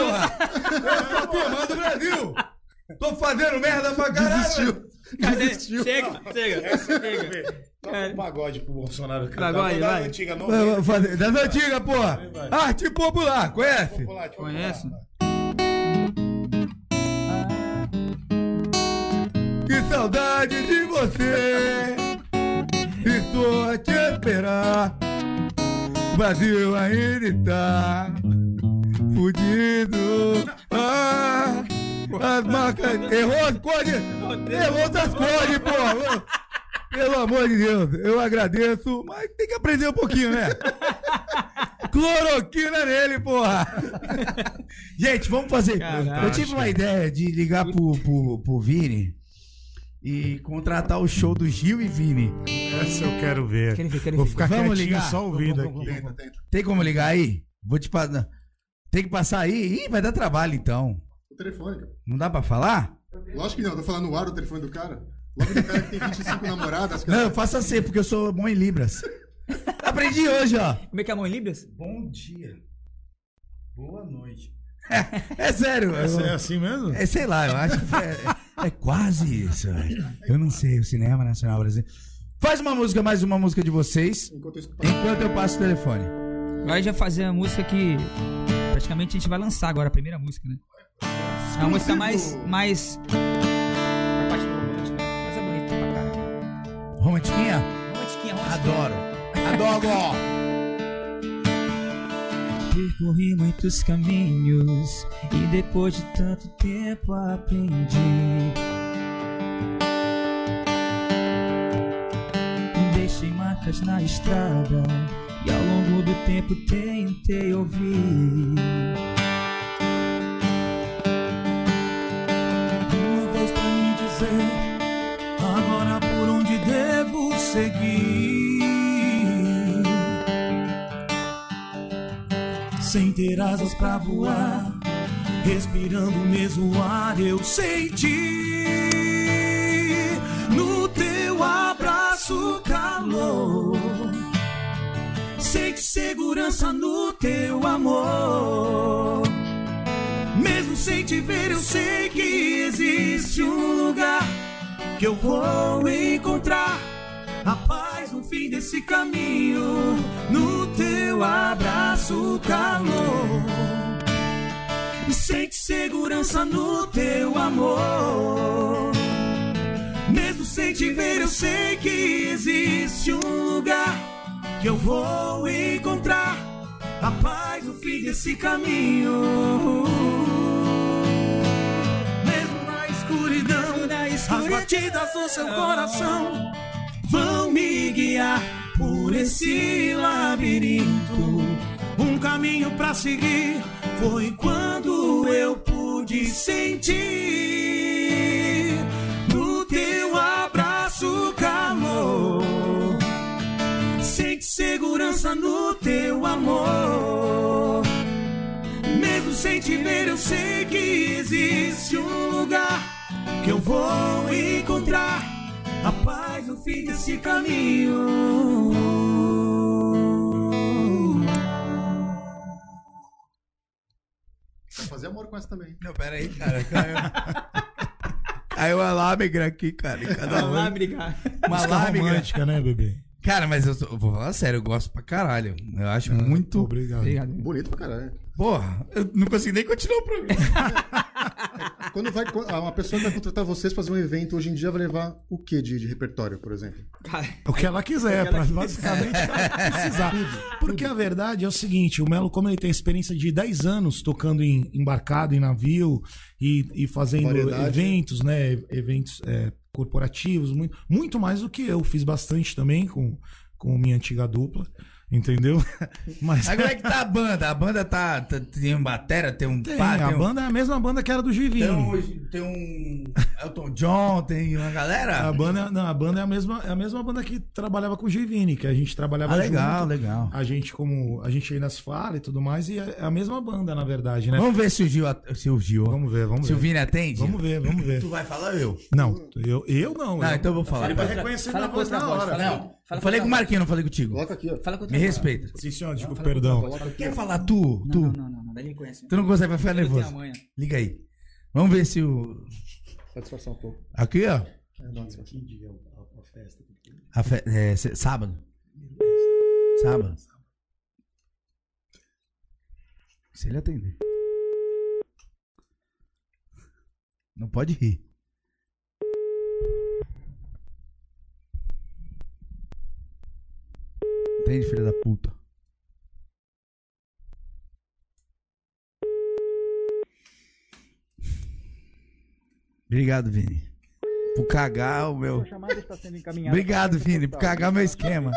Eu sou firmando do Brasil. Tô fazendo merda pra caralho. Desistiu. Cadê? Desistiu. Chega, chega, chega. Toca um pagode pro Bolsonaro cantar. Pagode, Manda uma vai. antiga, não Eu vou fazer- Das antigas, porra. Arte popular, conhece? Vamos lá, tipo, Conhece? Que saudade de você. Estou a te esperar. O Brasil ainda está fudido. Ah, as marcas. Errou as cores. Errou das cores, porra. Pelo amor de Deus, eu agradeço, mas tem que aprender um pouquinho, né? Cloroquina nele, porra! Gente, vamos fazer. Caraca. Eu tive uma ideia de ligar pro, pro, pro Vini e contratar o show do Gil e Vini. Essa eu quero ver. Quero ver, quero Vou ver. ficar Vamos quietinho ligar? só ouvindo Vamos, vamos, aqui. Tenta, tenta. Tem como ligar aí? Vou te passar. Tem que passar aí? Ih, vai dar trabalho então. O telefone, cara. Não dá pra falar? Lógico que não, tô falando no ar o telefone do cara. Logo do cara que tem 25 (laughs) namoradas, Não, eu cara. faço assim, porque eu sou bom em Libras. (laughs) Aprendi hoje, ó. Como é que é a mão em Libras? Bom dia. Boa noite. (laughs) É, sério. Essa é eu- assim mesmo? É, sei lá, eu acho que é, é quase isso. velho. Eu não sei, o cinema nacional brasileiro. Faz uma música, mais uma música de vocês, Enquanto isso, enquanto eu passo o telefone. Agora a gente vai fazer a música que praticamente a gente vai lançar agora, a primeira música, né? É uma música mais. mais. A parte romântica. Mas é bonita pra caralho. Romantiquinha? Romantiquinha, Adoro. Adoro. Percorri muitos caminhos e depois de tanto tempo aprendi. Deixei marcas na estrada e ao longo do tempo tentei ouvir. Uma voz pra me dizer agora por onde devo seguir. Sem ter asas pra voar, respirando o mesmo ar, eu senti no teu abraço calor. Sente segurança no teu amor. Mesmo sem te ver, eu sei que existe um lugar que eu vou encontrar. A paz no fim desse caminho, no teu abraço, calor. E sente segurança no teu amor. Mesmo sem te ver, eu sei que existe um lugar que eu vou encontrar a paz no fim desse caminho. Mesmo na escuridão, as batidas do seu coração vão me guiar por esse labirinto. Um caminho pra seguir foi quando eu pude sentir no teu abraço o calor. Sente segurança no teu amor. Mesmo sem te ver, eu sei que existe um lugar que eu vou encontrar a paz no fim desse caminho. Fazer amor com essa também. Não, pera aí, cara. Caiu, (laughs) caiu a lábigra aqui, cara. em Cada um. Vamos lá uma brigar. uma Música lábigra. romântica, né, bebê? Cara, mas eu, sou- eu vou falar sério, eu gosto pra caralho. Eu acho É. muito. Obrigado. Obrigado. Bonito pra caralho. Porra, eu não consigo nem continuar o programa. Quando vai. Uma pessoa que vai contratar vocês pra fazer um evento hoje em dia vai levar o que de, de repertório, por exemplo? Cara, O que ela quiser, pra, basicamente ela (laughs) precisar. Porque a verdade é o seguinte, o Melo, como ele tem experiência de 10 anos tocando em embarcado, em navio e, e fazendo Variedade. eventos, né? Eventos é, corporativos, muito, muito mais do que eu. Fiz bastante também com, com minha antiga dupla, entendeu? (laughs) Mas Agora é que tá a banda. A banda tá. tá- tem um batera, tem um tem, pá, a tem um- banda é a mesma banda que era do Tem Givinho. um, tem um Elton John, tem uma galera. A banda, não, a banda é a mesma, é a mesma banda que trabalhava com o Givini, que a gente trabalhava Ah, legal, junto. legal. A gente como a gente ainda se fala e tudo mais e é a mesma banda na verdade, né? Vamos ver se o Gil. at- Se o Gil. Vamos ver, vamos se o ver. Vini atende? Vamos ver, vamos (laughs) ver. Tu vai falar ou eu? Não, eu, eu não. Não, eu- então eu vou falar. Ele vai reconhecer minha voz na hora. Não, eu falei com o Marquinhos, não falei contigo. Coloca aqui, ó. Fala com Me respeita. Sim, senhor, digo perdão. Quer falar tu? Não, tu? não, não, não, não. Daí ele conhece. Tu não consegue, vai ficar Eu tenho a nervoso. manha. Liga aí. Vamos ver se o. Satisfação um pouco. Aqui, ó. É, dá uma satisfação. A fe- é, se- Sábado. Sábado. Se ele atender. Não pode rir. Entende, filha da puta? Obrigado, Vini. Por cagar o meu. Obrigado, Vini, por cagar meu esquema.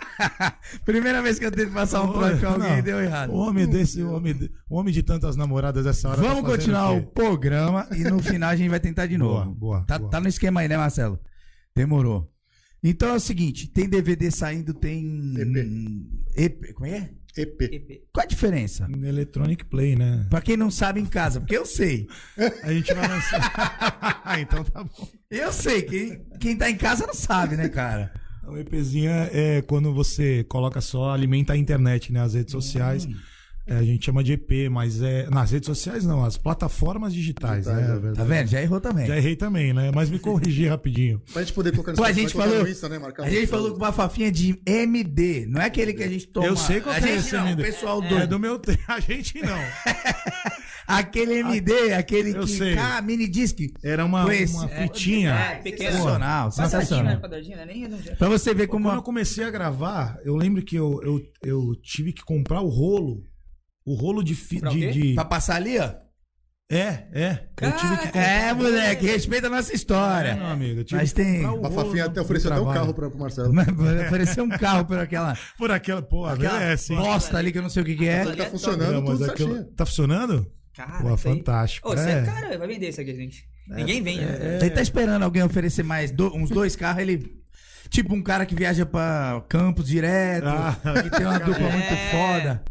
(laughs) Primeira vez que eu tentei passar um plano com alguém Não. deu errado. O Ah, homem desse, o homem, de- o homem de tantas namoradas essa hora. tá Vamos fazendo continuar o o quê? programa e no final a gente vai tentar de novo. Boa, boa, tá, boa. tá no esquema aí, né, Marcelo? Demorou. Então é o seguinte: tem DVD saindo, tem. EP. Como é? EP. EP. Qual a diferença? Electronic Play, né? Pra quem não sabe em casa, porque eu sei. A gente vai (laughs) lançar. então tá bom. Eu sei, quem, quem tá em casa não sabe, né, cara? O EPzinho é quando você coloca só, alimenta a internet, né? As redes sociais. É, a gente chama de EP, mas é. Nas redes sociais não, as plataformas digitais, Digitais, né? é. Tá vendo? Já errou também. Já errei também, né? Mas me corrigi rapidinho. Pra gente poder colocar no Pô, a Spotify, gente colocar falou- no Insta, né? Marcar A gente falou com uma fafinha de MD, não é aquele que a gente toma. Eu sei qual a que é gente esse não, MD. O pessoal É, do, do meu tempo. (laughs) A gente não. Aquele MD, aquele Eu que. sei. Ah, mini disc. Era uma, Conheci- uma é, fitinha. é, pequeno. Sensacional, sensacional. Quadradinho, né? Nem redondinho. Pra você ver como. Quando eu comecei a gravar, eu lembro que eu, eu, eu tive que comprar o rolo. O rolo de. fi- Comprar o de, quê? de- Pra passar ali, ó. É, é. eu tive que comprar. É, moleque, respeita a nossa história. Não, amigo, eu tive Mas que tem. comprar o A rolo Fafinha do- até do ofereceu até um trabalho. carro pra, pro É, Marcelo. (laughs) Apareceu um carro por aquela, Por aquela, pô, aquela merece, hein? bosta ali que eu não sei o que, que é. Aquela- Tá Aleatório. funcionando Não, mas tudo aquilo- certinho. Tá funcionando? Cara, Pô, isso aí- fantástico. Ah, Ô, você é É. cara, vai vender isso aqui, gente. Ninguém vende. né? Ele tá esperando alguém oferecer mais do- uns dois carros, ele. Tipo um cara que viaja pra Campos direto, Ah. que tem uma dupla muito foda.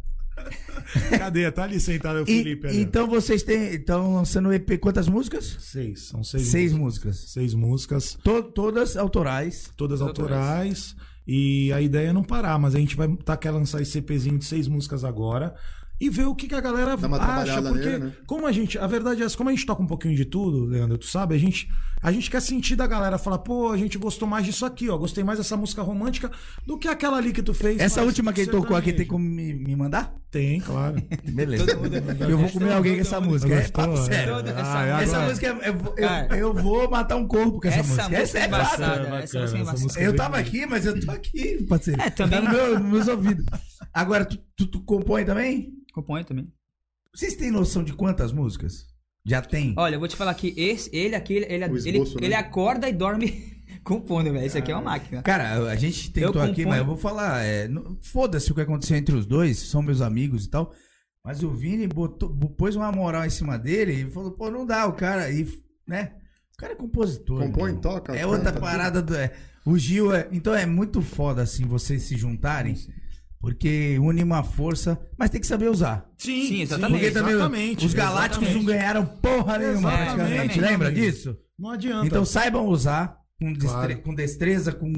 Cadê? Tá ali sentado o E- Felipe ali. então vocês têm. Estão lançando o EP quantas músicas? Seis, são seis, Seis músicas. músicas. Seis músicas, To- todas autorais. todas autorais. E a ideia é não parar, mas a gente vai tá, quer lançar esse EPzinho de seis músicas agora. e ver o que, que a galera Dá uma acha. trabalhada Porque, nele, né? como a gente, a verdade é essa, como a gente toca um pouquinho de tudo, Leandro, tu sabe, a gente, a gente quer sentir da galera falar, pô, a gente gostou mais disso aqui, ó, gostei mais dessa música romântica do que aquela ali que tu fez. Essa mas última que ele tocou aqui tem sertanejo." como me, me (laughs) mandar? (laughs) Tem, claro. Beleza. Eu vou comer alguém com essa música. É papo Gostou? sério. Toda Ah, essa, é Essa agora. música é. eu- Cara. Eu, eu vou matar um corpo com essa, essa música. Essa música é é fato. embaçada. bacana, Essa música é essa embaçada. música Eu tava aqui, mas eu tô aqui, parceiro. É, também- Tá no meu- nos meus ouvidos. Agora, tu, tu- tu compõe também? Compõe também. Vocês têm noção de quantas músicas? Já tem? Olha, eu vou te falar que esse, ele aqui, ele, ele, O esboço, ele- né? ele acorda e dorme (laughs) compondo, velho. Isso aqui é uma máquina. Cara, a gente tentou Eu aqui, componho- mas eu vou falar. é, não- Foda-se o que aconteceu entre os dois, são meus amigos e tal. Mas o Vini botou, bo- pôs uma moral em cima dele e falou, pô, não dá, o cara. E, né? O cara é compositor. Compõe, então, irmão. toca. É outra parada do. é, o Gil é. Então é muito foda, assim, vocês se juntarem. Porque une uma força, mas tem que saber usar. Sim, Sim, exatamente. Porque também exatamente, os galácticos exatamente. não ganharam porra nenhuma. Exatamente, praticamente. meu Lembra amigo. disso? Não adianta. Então saibam usar com, destre- Claro. com destreza, com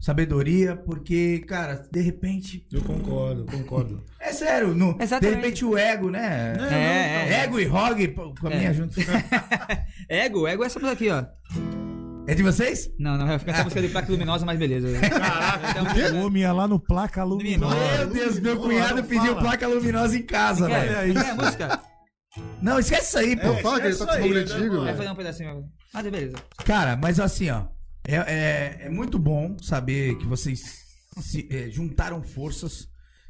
sabedoria, porque, cara, de repente. Eu (laughs) concordo, concordo. É sério, não, de Exatamente. repente o ego, né? É, é. Ego e Rog pô, caminha É. junto. Ego, ego é essa música aqui, ó. É de vocês? Não, não, vai ficar essa música é de placa luminosa, mas beleza. é O homem é ia lá no placa luminosa. meu Deus, meu cunhado não pediu fala. placa luminosa em casa, velho. É, é a música. Não, esquece É, isso aí, pô. Eu falo que ele isso tá com esse aí, bagulho né, antigo, Vai velho. fazer um pedacinho. Mas é beleza. Cara, mas assim, ó. É, é- é muito bom saber que vocês se, é, juntaram forças.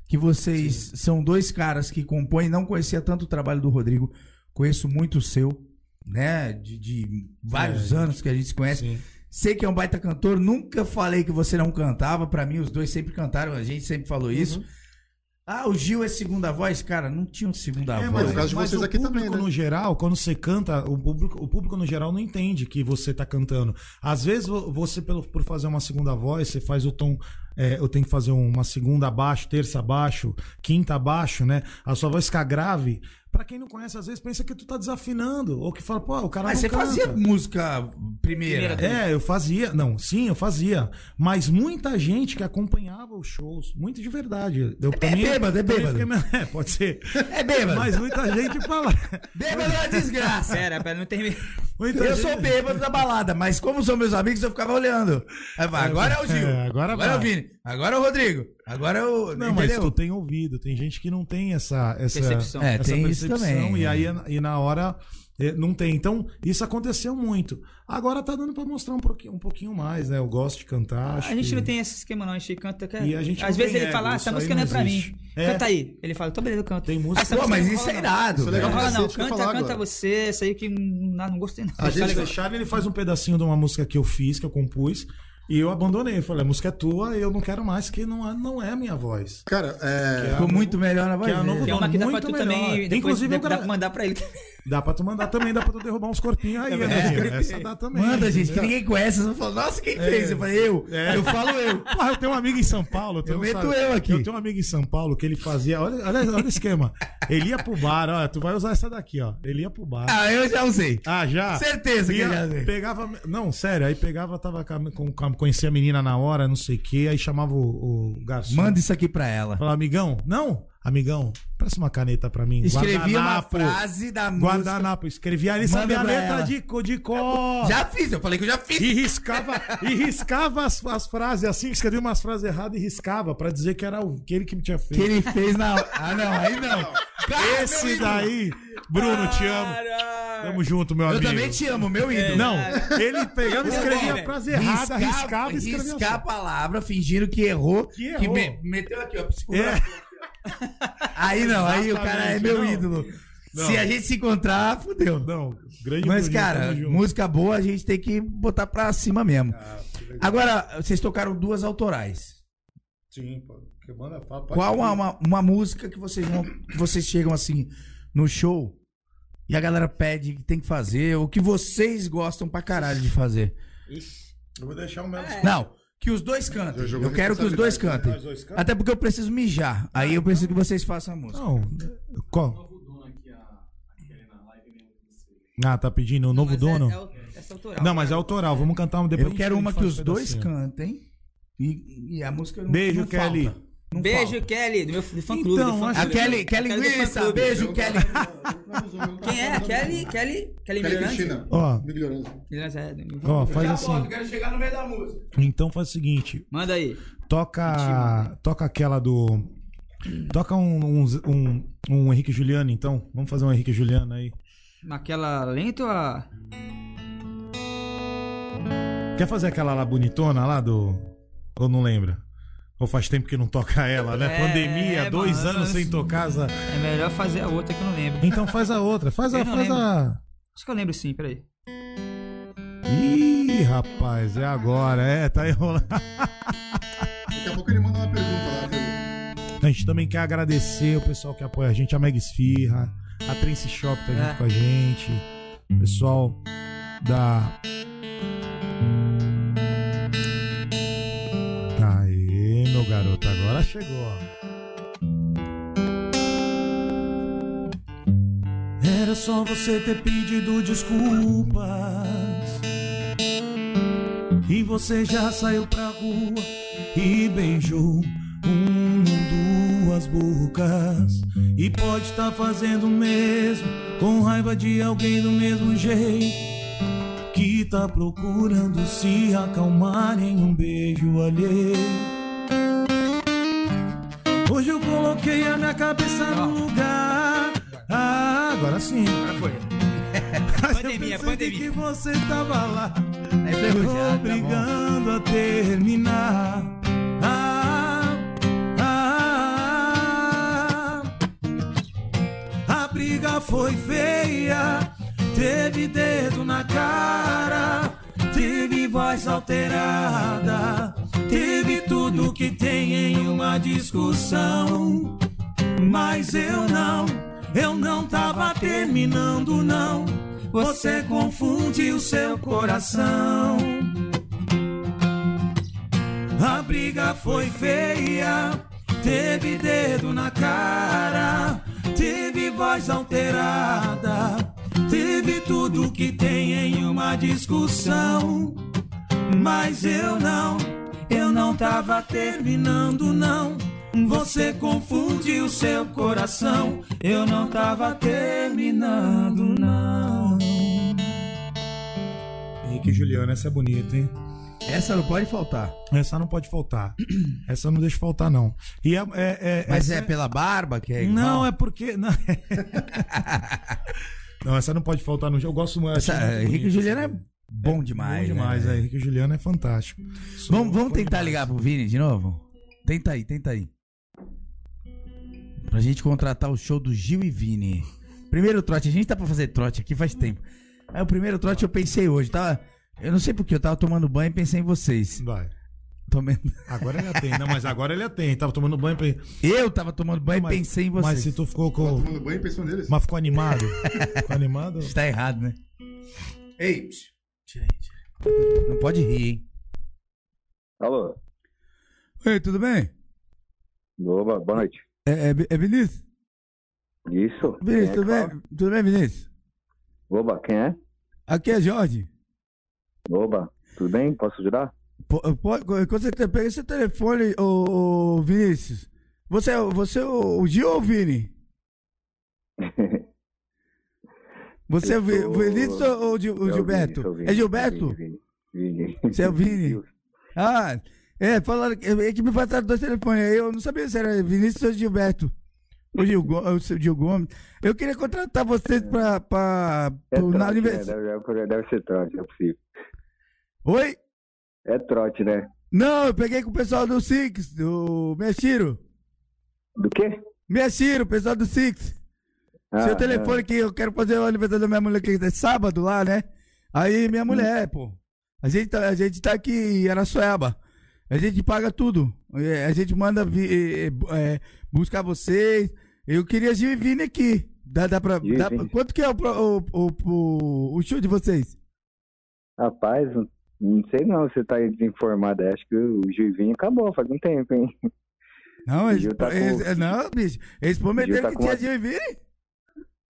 Que vocês são dois caras que compõem. Não conhecia tanto o trabalho do Rodrigo. Conheço muito o seu, né? De, de vários anos que a gente se conhece. É. Sim. Sei que é um baita cantor. Nunca falei que você não cantava. Pra mim, os dois sempre cantaram. A gente sempre Uhum. falou isso. Ah, o Gil é segunda voz? Cara, não tinha um segunda É, voz. no caso de vocês o aqui público também, né? no geral, quando você canta, o público, o público no geral não entende que você tá cantando. Às vezes vo- você, pelo, por fazer uma segunda voz, você faz o tom. é, eu tenho que fazer uma segunda abaixo, terça abaixo, quinta abaixo, né? A sua voz fica grave. Pra quem não conhece, às vezes pensa que tu tá desafinando. Ou que fala, pô, o cara Mas Ah, não você canta. fazia música primeira. É, eu fazia. Não, sim, eu fazia. Mas muita gente que acompanhava os shows, muito de verdade. Eu É bêbado, é também bêbado. fiquei- (laughs) É, pode ser. É, bêbado. Mas muita gente fala. Bêbado é uma desgraça. Pera, pera, não termina. Muita Eu Então, gente- sou bêbado da balada, mas como são meus amigos, eu ficava olhando. Aí vai, agora é o Gil. É, agora agora é o vai. Vini. Agora é o Rodrigo. Agora é o. Não, mas tu tá tem ouvido. Tem gente que não tem essa. essa Percepção. É, essa tem isso percepção, também. é. E aí e na hora eh, não tem. Então, isso aconteceu muito. Agora tá dando pra mostrar um pouquinho, um pouquinho mais, né? Eu gosto de cantar. acho A gente que- não tem esse esquema, não. A gente canta. Cara. E a gente Às não vezes tem ele fala, ego, ah, essa isso música aí não é não pra mim. existe. É. Canta aí. Ele fala, tô beleza, eu canto. Tem música- Essa Pô, música mas não isso é né? rola, não. irado. Isso é velho. Não rola, não. Cacete, eu ia Canta, falar canta agora. você. Isso aí que hum, não não gostei, não. A Se gente- ele deixar, ele faz um pedacinho de uma música que eu fiz, que eu compus, e eu abandonei. Eu Falei, a música é tua, eu não quero mais, que não é, não é a minha voz. Cara, é. Ficou muito melhor na voz. Que é a dele. nova- Tem uma que dá pra Muito tu melhor. também. Inclusive, Inclusive, eu dá quero- pra mandar pra ele. Dá pra tu mandar também, dá pra tu derrubar uns corpinhos É aí, né? Essa dá também. Manda, gente, que ninguém conhece. Vocês vão falar, nossa, quem fez? Eu falei, eu. É. Eu falo eu. Porra, eu tenho um amigo em São Paulo. tu Eu não meto eu aqui. Eu tenho um amigo em São Paulo que ele fazia. Olha, olha, olha o esquema. Ele ia pro bar, ó. Tu vai usar essa daqui, ó. Ele ia pro bar. Ah, eu já usei. Ah, já? Certeza que Ia- eu já usei. Pegava. Não, sério, aí pegava, tava com, com- com- conhecia a menina na hora, não sei o quê, aí chamava o, o garçom. Manda isso aqui pra ela. Falava, amigão, não, amigão, presta uma caneta pra mim. Escrevi uma Guardanapo. frase da música. Guardanapo, escrevia ali, sabia a Manda pra letra ela. de, co- de cor. Já fiz, eu falei que eu já fiz. E riscava, e riscava as, as frases assim, escrevia umas frases erradas e riscava pra dizer que era o- aquele que me tinha Que feito. ele fez na. Ah, não, aí não. Cara, meu Esse ídolo. daí, Bruno, te amo. Tamo junto, meu Eu amigo. também te amo, meu ídolo. É. Não, ele pegava e escrevia a Não, frase errada, riscar, riscava e escrevia. assim. riscar a palavra, fingindo que errou. Que errou. me- meteu aqui, ó. psicografia. É, Aí não, aí o cara é Exatamente, meu não. ídolo. Não. Se a gente se encontrar, fudeu. não, grande Mas, Bruninho, cara, tamo junto. Ah, música boa a gente tem que botar pra cima mesmo. Agora, vocês tocaram duas autorais. Sim, pô, que banda fala, pode Qual crer. uma, uma, uma música que vocês vão. que vocês chegam assim no show e a galera pede que tem que fazer, ou que vocês gostam pra caralho de fazer? Eu vou deixar um o meu. Não, que os dois cantem. Já Eu, jogou quero que os É, dois responsabilidade, cantem. né? Nós dois cantamos. Até porque eu preciso mijar. Aí eu preciso que vocês façam a música. Não, qual? Ah, tá pedindo o novo é, dono? Essa autoral. Não, mas é autoral, vamos cantar um depois. Eu a quero gente uma que faz os um dois pedacinho. cantem. E, e a música não Beijo, não Kelly. falta. Não Beijo, fala. Kelly, do meu do fã clube. Então, do fã acho A clube. Kelly, Kelly do fã Linguiça, clube. beijo, Kelly. Quem é? Kelly, Kelly, Kelly Kelly Migrante? Cristina. Ó, Ignorância. é, ó, faz assim. quero chegar no meio da música. Então faz o seguinte. Manda aí. Toca. Toca aquela do. Toca um, um, um, um Henrique Juliano, então. Vamos fazer um Henrique Juliano aí. Naquela lenta ou a. Quer fazer aquela lá bonitona lá do. Ou não lembra? Ou faz tempo que não toca ela, né? É, Pandemia, dois mano, anos sem tocar. essa- É melhor fazer a outra que eu não lembro. Então faz a outra. Faz a. Eu não Faz a... Acho que eu lembro sim, peraí. Ih, rapaz, é agora. É, tá enrolando. Daqui a pouco ele manda uma pergunta lá, viu? A gente também quer agradecer o pessoal que apoia a gente, a Meg Esfirra, a Trance Shop tá junto É. com a gente, o pessoal da. Tá aí, meu garoto, agora chegou. ó. Era só você ter pedido desculpas. E você já saiu pra rua e beijou um ou duas bocas. E pode estar fazendo o mesmo, com raiva de alguém do mesmo jeito. Que tá procurando se acalmar em um beijo alheio. Hoje eu coloquei a minha cabeça no lugar. Ah, Agora sim. (laughs) mas Pandemia, eu pensei pandemia. que você tava lá. Aí foi Tô rugiado, tá bom. brigando a terminar. Ah, ah, ah. A briga foi feia, teve dedo na cara, teve voz alterada, teve tudo que tem em uma discussão. Mas eu não, eu não tava terminando, não. Você confundiu seu coração. A briga foi feia, teve dedo na cara, teve voz alterada, teve tudo que tem em uma discussão. Mas eu não, eu não tava terminando, não. Você confundiu seu coração. Eu não tava terminando, não. Henrique Juliano, essa é bonita, hein? Essa não pode faltar. Essa não pode (clears throat) faltar. Essa não deixa faltar, não. E é. é- é- Mas essa- é pela barba que é igual? Não, é porque. (laughs) Não, Não, essa não pode faltar no jogo. Eu gosto muito. Essa, acho muito Henrique bonito. Juliano é bom demais. Bom demais, né? é. Henrique Juliano é fantástico. Vamos, vamos tentar ligar pro Vini de novo? Tenta aí, tenta aí. Pra gente contratar o show do Gil e Vini. Primeiro trote, a gente tá pra fazer trote aqui faz tempo. Aí o primeiro trote eu pensei hoje, tá? Eu não sei porque, eu tava tomando banho e pensei em vocês. Vai. Tomei- Agora ele atende. Não, mas agora ele atende. Tava tomando banho pra ele. (laughs) Eu tava tomando banho Mas- e pensei em Mas vocês. se tu ficou com. Tomando banho e pensando neles. Mas ficou animado? Ficou animado? Está errado, né? Ei, psh, Não pode rir, hein? Alô? Ei, tudo bem? Oba, boa noite. É, é, é Vinícius? Isso? Vinícius, Quem é tudo que bem? fala? Tudo bem, Vinícius? Oba, quem é? Aqui é Jorge. Oba, tudo bem? Posso ajudar? Po- po- Quando você te- pega esse telefone, ô, ô, Vinícius, você, é o- você é o o Gil ou o (laughs) Vini? Você é o Vi- Eu sou- Vinícius ou o Gil- É o o Gilberto? Vini, sou o Vini. É Gilberto? Vini, Vini. Você é o Vini? Isso. Ah, é, falaram que, é que me passaram dois telefones aí, eu não sabia se era Vinícius ou Gilberto. O Gil, Go- o seu Gil Gomes. Eu queria contratar vocês pra, pra, (laughs) É pro- na trote, né? universidade. deve, deve ser trote, é possível. Oi? É trote, né? Não, eu peguei com o pessoal do Six, do Mexiro. Do quê? Mexiro, o pessoal do Six. Ah, Seu telefone que eu quero fazer o aniversário da minha mulher que é sábado lá, né? Aí minha Hum. mulher, pô. A gente, tá- a gente tá aqui em Araçoeba. A gente paga tudo. É, A gente manda vi- é, é, buscar vocês. Eu queria Gil e Vini aqui. Dá, dá pra, Gil e dá pra- Vini. quanto que é o, pro- o, o, o, o show de vocês? ah, Rapaz, não- não sei não, você tá aí desinformado. Acho que o Juivinho acabou faz um tempo, hein? Não, O eles, Gil tá com- eles- é, não bicho. Eles Gil prometeram tá que com tinha a- Gil e Vini.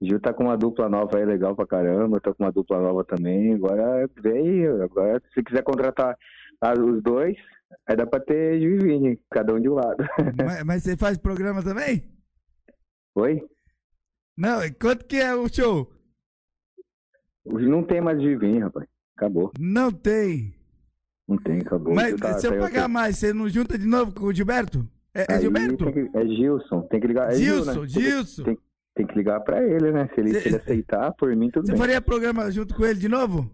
O Gil tá com uma dupla nova aí legal pra caramba, eu tô com uma é dupla nova também. Agora vem aí, agora se quiser contratar a- os dois, Aí dá pra ter Ju e Vini, cada um de um lado. (laughs) mas, mas você faz programa também? Oi? Não, e quanto que é o show? Não tem mais Ju e Vini, rapaz. Acabou. Não tem. Não tem, acabou. Mas Tá- se eu tá- pagar mais, você não junta de novo com o Gilberto? É, é Aí Gilberto? tem que- é Gilson. Tem que ligar. é Gil, Gilson, né? Gilson. Tem, tem que ligar pra ele, né? Se ele, Cê- se ele aceitar, por mim, tudo Você bem. faria programa junto com ele de (laughs) novo?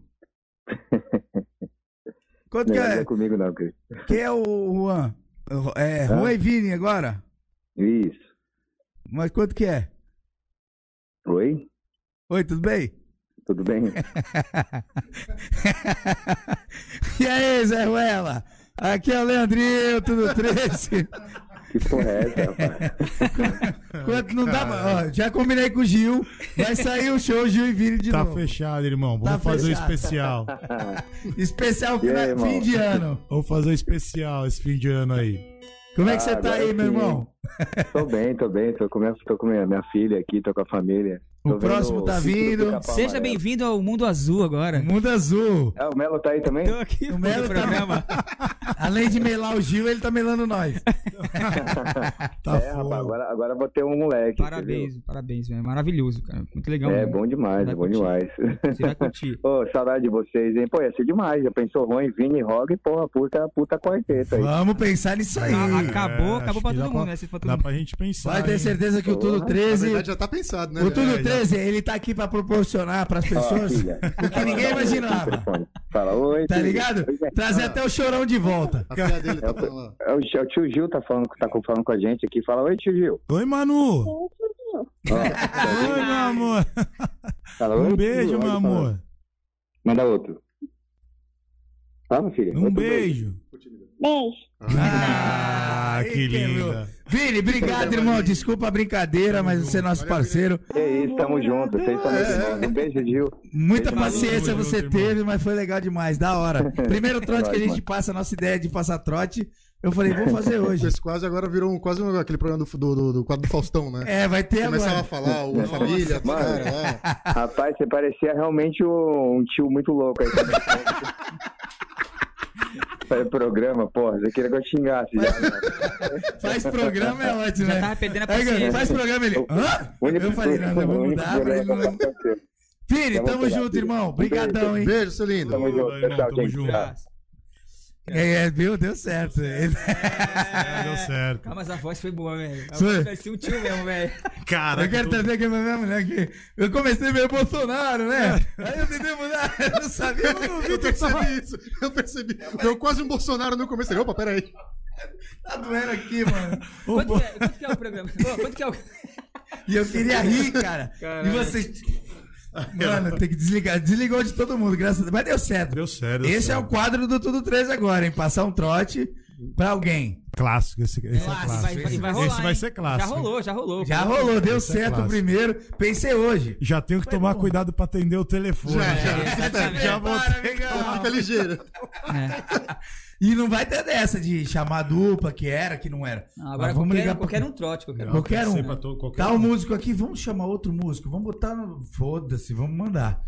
Quanto Não, que não é é? comigo, não, cara. Quem é o Juan? É, Hã? Juan e Vini agora? Isso. Mas quanto que é? Oi? Oi, tudo bem? (laughs) Tudo bem? e aí, Zé Ruela? Aqui é o Leandrinho, (laughs) tudo 13. Que porra é essa, (laughs) rapaz? Quanto não dá pra- ó, Já combinei com o Gil. Vai sair o show Gil e Vini de Tá novo. fechado, irmão. Vamos Tá fazer um fechado. especial. Especial E aí, fina- irmão? fim de ano. Vamos fazer um especial esse fim de ano aí. Como é que você Ah, tá agora aí, meu sim. irmão? tô bem, tô bem. Tô com, minha, tô com minha, minha filha aqui, tô com a família. O Tô vendo próximo tá o filho do vindo. Pica-Pau Seja Amarelo. bem-vindo ao Mundo Azul agora. Mundo Azul. Ah, o Melo tá aí também? Tô aqui O Melo no tá- programa. (laughs) Além de melar o Gil, ele tá melando nós. Tá é, rapaz, fogo. agora, agora eu vou ter um moleque. Parabéns, parabéns, velho. Maravilhoso, cara. Muito legal. entendeu? É, mesmo. bom demais, é bom demais. Você vai curtir. (laughs) Ô, saudade de vocês, hein? Pô, ia ser demais. Já pensou ruim, Vini, Rogue, porra, puta, puta quarteto aí. Vamos pensar nisso aí. Tá, É, acabou, acho acabou pra que dá todo mundo, pra- né? Você pra todo Dá mundo. pra gente pensar. Vai ter hein? certeza que o Tudo Na 13. verdade, já tá pensado, né? O já? Tudo já. 13, ele tá aqui pra proporcionar pras Ó, pessoas filha. o que ninguém imaginava. Telefone. Fala, oi. Tá filha." Ah. ligado? Trazer até o chorão de volta. A filha dele tá falando lá. É o, é o tio Gil tá falando, tá com- falando com a gente aqui. Fala, oi, tio Gil. Oi, Manu. Oi, (laughs) meu amor. Fala, "Oi, Um tio beijo, Gil." meu Olha, fala. amor. Manda outro. Fala, filha. Um Outro beijo. Beijo. Ah, que linda. Vini, obrigado, irmão. Desculpa a brincadeira, mas você é nosso parceiro. É isso, tamo junto. Vocês estão juntos. Um beijo, Gil. Muita Valeu, paciência valeu, você irmão. teve, mas foi legal demais. Da hora. Primeiro trote que a gente passa, nossa ideia de passar trote, eu falei, vou fazer hoje. Esse quase agora virou um, quase um- aquele programa do, do, do- do quadro do Faustão, né? É, vai ter Começava agora. a falar, o família, é. os mano. caras lá. Rapaz, você parecia realmente um, um tio muito louco aí. Falei, programa, porra, você queria que eu xingasse já. né? Faz programa é ótimo, Já né? tava perdendo a Aí, paciência. faz programa ele. Hã? O único- Eu falei, não, eu o vou (laughs) único mudar. pra ele programa não- que aconteceu. Vini, Vamos tamo pegar, junto, filho. irmão. Obrigadão, hein? Beijo, seu lindo. Tamo junto, Ô, irmão, pessoal, tamo gente. junto. Ah, Tchau. É, é, viu? Deu certo. Ele- É, Ah, deu certo. Ah, mas a voz foi boa, velho. A Foi. voz Parecia um tio mesmo, (laughs) velho. Cara, Eu quero trazer aqui pra minha mulher aqui. Eu comecei meio Bolsonaro, né? Aí eu tentei mudar, (laughs) eu não sabia. Eu não Eu percebi isso, eu percebi. Deu quase um Bolsonaro no começo. Eu, Opa, peraí. Tá doendo aqui, mano. Quanto que, é, quanto que é o programa? Ô, Quanto que é o... E eu queria rir, cara. Caralho. E você. Mano, tem que desligar. Desligou de todo mundo, graças a Deus. Mas deu certo. Deu certo. Esse é o quadro do Tudo 3 agora, hein? Passar um trote pra alguém. clássico. Esse, esse é, Clássico, clássico. vai, vai, vai rolar, esse vai hein? ser clássico. Já rolou, já rolou. Já rolou, deu certo o clássico. primeiro. Pensei hoje. Já tenho que tomar cuidado pra atender o telefone. É, tá (laughs) exatamente. Já vou Para, ter que (laughs) amigão. Fica ligeiro. né? E não vai ter dessa de chamar a dupla, que era, que não era. Não, Mas agora vamos qualquer, pra- qualquer um trote. Qualquer um. Qualquer Tem que um. ser pra todo- qualquer Tá o um. músico aqui, vamos chamar outro músico, vamos botar no. Foda-se, vamos mandar.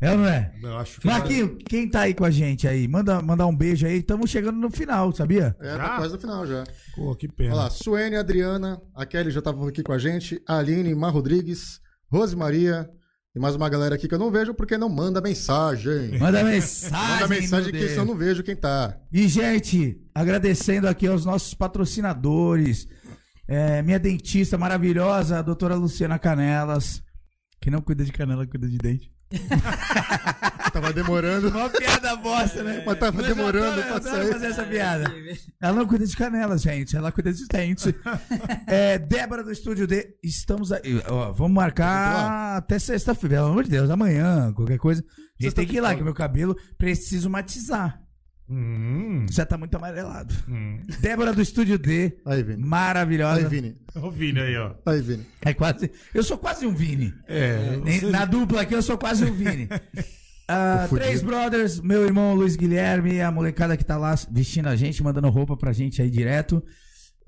É ou não é? Eu acho que Marquinho, quem tá aí com a gente aí? Manda mandar um beijo aí. Estamos chegando no final, sabia? É, Já? tá quase no final já. Pô, que pena. Olha lá, Suene, Adriana, a Kelly já tava aqui com a gente, a Aline, Mar Rodrigues, Rose Maria e mais uma galera aqui que eu não vejo porque não manda mensagem. Manda mensagem. Manda mensagem meu que Deus. eu não vejo quem tá. E, gente, agradecendo aqui aos nossos patrocinadores. É, minha dentista maravilhosa, a doutora Luciana Canelas. Quem não cuida de canela, cuida de dente. Tava (laughs) demorando. Uma piada bosta, né? Mas tava eu demorando adoro- eu pra adoro sair. fazer essa piada. Ela não cuida de canela, gente. Ela cuida de dente. (laughs) É, Débora do Estúdio D. Estamos aí. Ó, vamos marcar até sexta-feira. Pelo amor de Deus, amanhã, qualquer coisa. A gente tem que ir lá, que meu cabelo preciso matizar. Hum, Já tá muito amarelado. hum. Débora do Estúdio D. Aí, Vini. Aí, Maravilhosa. Vini. Ô, Vini aí, ó. Aí, Vini. É quase. Eu sou quase um Vini. É, Nem- você- Na dupla aqui eu sou quase o Vini. Ah, três brothers, meu irmão Luiz Guilherme, a molecada que tá lá vestindo a gente, mandando roupa pra gente aí direto.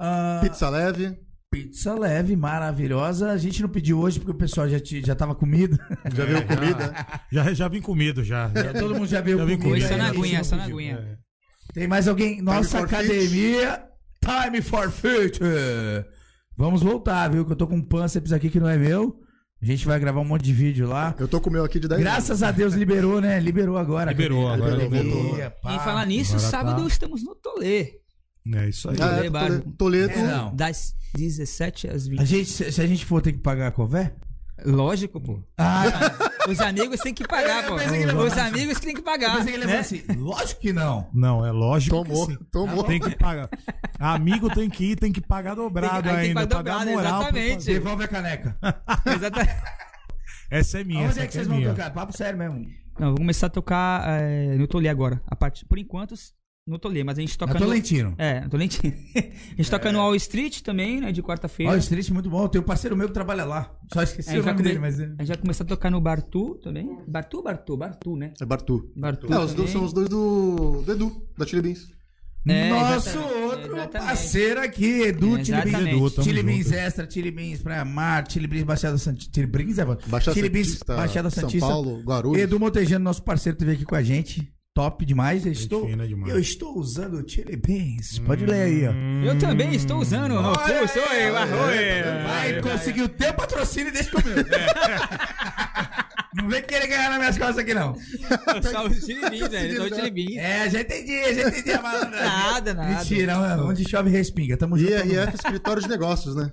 Ah, Pizza leve. pizza leve, maravilhosa. A gente não pediu hoje porque o pessoal já, te- já tava comido. Já É, veio comida. já, já vim comido já. Já, Todo mundo já veio já vim comido. comido. Só na já aguinha, vim só na comido, aguinha. é. Tem mais alguém? Nossa for academia. Time for Future. Vamos voltar, viu? Que eu tô com um pânceps aqui que não é meu. A gente vai gravar um monte de vídeo lá. Eu tô com o meu aqui de 10 Graças a Deus liberou, né? Liberou agora. Liberou, academia. agora Academia, liberou. pá. e falar nisso, Agora sábado tá. estamos no Tolê. É isso aí. anos. Ah, é, Toledo, Barba. Toledo- Toledo. É, não. Das 17 às A 20. gente, se se a gente for ter que pagar a cové? Lógico, pô. Ah, Os amigos têm que (laughs) pagar, pô. pensei que ele ia Os amigos que têm que eu pagar. pensei que ele ia falar assim. Lógico que não. Não, é lógico Tomou, que sim. tomou. Tem que pagar. Amigo tem que ir, tem que pagar dobrado Tem- aí tem que ainda. pagar pra dar dobrado, moral pra exatamente. fazer. Devolve a caneca. Exatamente. Essa é minha. Onde Essa é que aqui é vocês vão minha. tocar? Papo sério mesmo. Não, vou começar a tocar é, no Tolê agora. A partir, por enquanto, no Tolê, mas a gente toca Na no. Tolentino. É, no Tolentino. (laughs) a gente toca no All Street também, né? De quarta-feira. Ó, o Street muito bom. Tem um parceiro meu que trabalha lá. Só A esqueci gente o vai nome dele, come- mas... é- A gente vai começar a tocar no Bartu também. Bartu, Bartu, Bartu, né? É Bartu. Bartu. É, os também. dois são os dois do, do Edu, da Chili Beans. É, Nosso exatamente, outro exatamente. parceiro aqui, Edu Chili É, Beans. exatamente. Edu, tamo Chili junto. Beans Extra, Chili Beans Praia Mar, Chili Beans Baixada Santista. Chili Beans, é bom. Baixada Chili Beans, Santista, Baixada São Santista. Paulo, Guarulhos. Edu Montejano, nosso parceiro, esteve aqui com a gente. Top demais. Eu estou, fina demais. Hum. eu estou usando o Chili Beans. Pode ler aí, ó. Eu também estou usando oh, o meu pulso. Oi, oi. É. Vai conseguir o teu patrocínio e deixa comigo. (laughs) (laughs) Não vem querer ganhar nas minhas costas aqui, não. Só o Chilibim, velho. Só o Chilibim. É, já entendi, já entendi a malandragem. Nada, nada. Mentira, mano. onde chove respinga. Tamo junto. todo mundo. IRF, é, escritório de negócios, (laughs) né?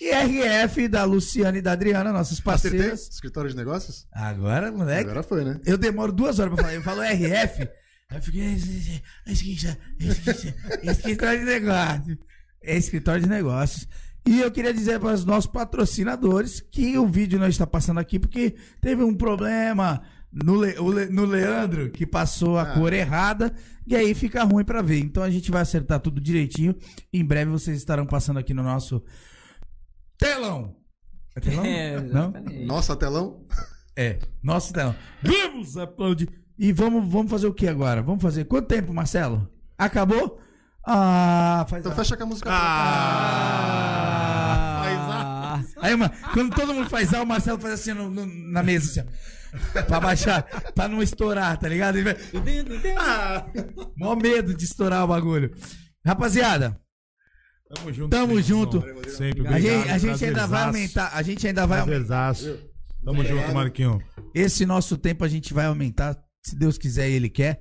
IRF da Luciana e da Adriana, nossas Acertei? parceiras. Escritório de negócios? Agora, moleque, Agora foi, né? eu demoro duas horas pra falar. Eu falo RF, aí eu fico. "Esse- esse- esse- esse- tá, esse- Escritório de negócio. É escritório de negócios. E eu queria dizer para os nossos patrocinadores que o vídeo não está passando aqui porque teve um problema no, Le- o Le- no Leandro que passou a Ah. cor errada e aí fica ruim pra ver. Então a gente vai acertar tudo direitinho. Em breve vocês estarão passando aqui no nosso telão. É telão? (laughs) É, não? exatamente. Nossa, telão. É, nossa, então. Vamos aplaudir. E vamos, vamos fazer o que agora? Vamos fazer quanto tempo, Marcelo? Acabou? Ah, faz Então a... fecha com a música. Ah, Aí, mano, quando todo mundo faz A, o Marcelo faz assim no- no- na mesa, assim, ó. pra baixar, pra não estourar, tá ligado? Ele vai... Ah, Mó medo de estourar o bagulho. Rapaziada, Tamo junto. Tamo sempre, junto. irmão. Sempre, a obrigado. gente, a gente ainda vai prazerzaço. aumentar, a gente ainda vai Prazerzaço. Tamo junto, Marquinho. Esse nosso tempo a gente vai aumentar, se Deus quiser e Ele quer.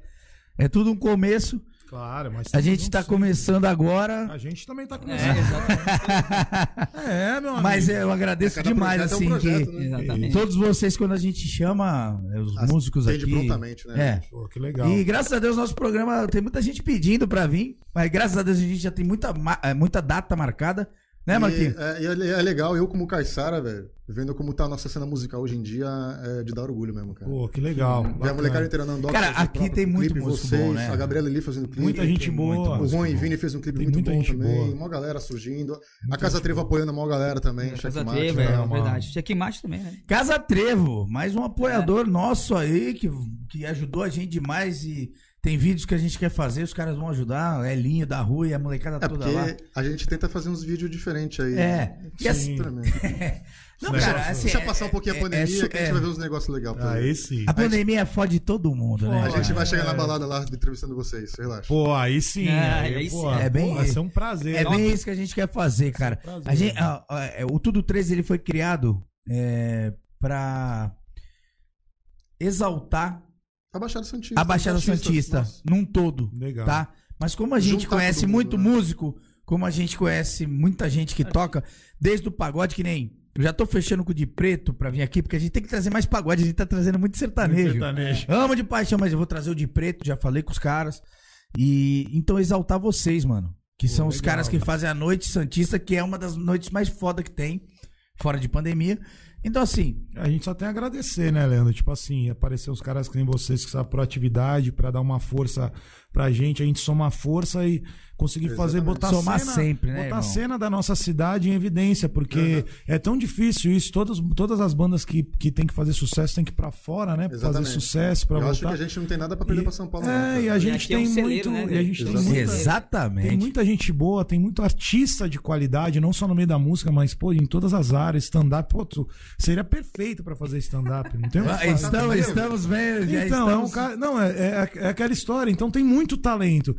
É tudo um começo. Claro, mas. A gente tá começando agora. A gente também tá é, começando. exatamente. É, meu amigo. Mas eu agradeço Cada demais, projeto é um assim, projeto, né? que exatamente. todos vocês, quando a gente chama é, os Atende músicos Atende aqui. prontamente, né? É. Pô, que legal. E graças a Deus, nosso programa tem muita gente pedindo pra vir. Mas graças a Deus a gente já tem muita, ma- eh, muita data marcada. Né, Marquinhos? E, é, e é le- é legal, eu como Caissara, velho, vendo como tá a nossa cena musical hoje em dia, é de dar orgulho mesmo, cara. Pô, que legal. Ver a molecada inteira na Andoca Cara, fazendo aqui próprio tem muito clipe, músico vocês, bom, né? A Gabriela Lili fazendo clipe. Muita gente tá Tem boa. O Juan e Vini fez um clipe Tem muito muita bom gente também. boa. Uma galera surgindo. A Casa Trevo apoiando uma galera também. Casa Checkmate, Trevo, né? é mano. verdade. Checkmate também, né? Casa Trevo, mais um apoiador É. nosso aí que, que ajudou a gente demais e tem vídeos que a gente quer fazer, os caras vão ajudar, é linho da rua e a molecada É toda lá. porque a gente tenta fazer uns vídeos diferentes aí. né? É. E assim, Sim. não, Esse cara, negócio- assim, Deixa é- passar um pouquinho é- a pandemia é- que a gente vai ver uns negócios legais. por Ah, aí. esse. A pandemia fode todo mundo, né? A gente cara? vai chegar na balada lá entrevistando vocês, relaxa. Pô, aí sim. É, aí, aí pô, sim. É bem- pô, Vai ser um prazer. É Nossa, bem isso que a gente quer fazer, cara. prazer. A gente, a- a- é, o Tudo 13 ele foi criado é, para exaltar A Tá Baixada Santista. a Baixada Baixistas, Santista nossa. num todo, Legal. tá? Mas como a gente Juntar conhece todo mundo, muito né? músico, como a gente conhece muita gente que toca, desde o pagode que nem eu já tô fechando com o de preto pra vir aqui, porque a gente tem que trazer mais pagode, a gente tá trazendo muito sertanejo. Sertanejo. Amo de paixão, mas eu vou trazer o de preto, já falei com os caras. E então exaltar vocês, mano. Que Pô, são os legal. caras que fazem a Noite Santista, que é uma das noites mais foda que tem, fora de pandemia. Então, assim, A gente só tem a agradecer, né, Leandro? Tipo assim, aparecer uns caras que nem vocês, que sabem proatividade, pra dar uma força pra gente, a gente somar força e conseguir fazer, Exatamente. botar a Somar cena, sempre, né, botar a irmão? cena da nossa cidade em evidência, porque é tão difícil isso, todas, todas as bandas que, que tem que fazer sucesso tem que ir pra fora, né? Pra fazer Exatamente. sucesso, pra Eu acho que voltar. a gente não tem nada pra perder E- pra São Paulo. não, é, cara. e a gente aqui é um tem celeiro, muito. né, e a gente tem Exatamente. muita- exatamente. tem muita gente boa, tem muito artista de qualidade, não só no meio da música, mas, pô, em todas as áreas, stand-up, pô, tu- seria perfeito pra fazer stand-up. (laughs) Não tem o que Ah, falar. Estamos, estamos vendo. já Então, é um estamos- cara. Não, é, é, é aquela história. Então tem muito talento.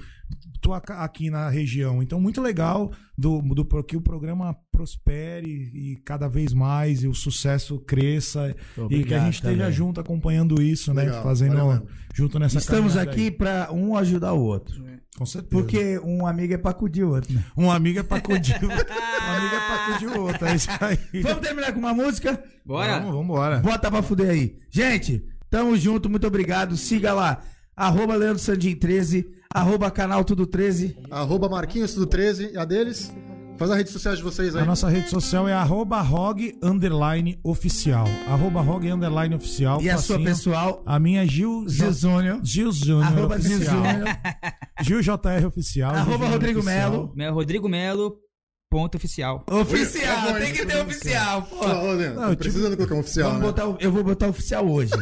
tô aca- aqui na região. Então, muito legal do, do pro- que o programa prospere e cada vez mais e o sucesso cresça e que a gente esteja também. junto acompanhando isso, né? Legal, valeu Fazendo mesmo. junto nessa Estamos caminhada aqui aí. pra um ajudar o outro. com certeza. Porque um amigo é pra acudir o (laughs) outro, né? um amigo é pra acudir, um amigo é pra acudir o outro, é isso aí. Vamos terminar com uma música? Bora. Vamos, vambora. Bota pra fuder aí. Gente, tamo junto, muito obrigado. Siga lá. Arroba Leandro Sandin 13, arroba canal Tudo 13. Arroba Marquinhos do 13 e a deles. Faz as redes sociais de vocês aí. A nossa rede social é arroba rog underline oficial. Arroba rog underline oficial. E a sua facinho. pessoal, A minha é Gil Zizônio. Gil Júnior. Arroba oficial. Zizônio. Gil JR oficial. Gil Arroba Júnior Rodrigo oficial. Melo. Meu Rodrigo Melo, ponto oficial. Oficial, tem que ter oficial, pô. Ah, ô, Leandro, Não, eu tô precisando colocar um oficial, Vamos né? botar, o- eu vou botar oficial hoje.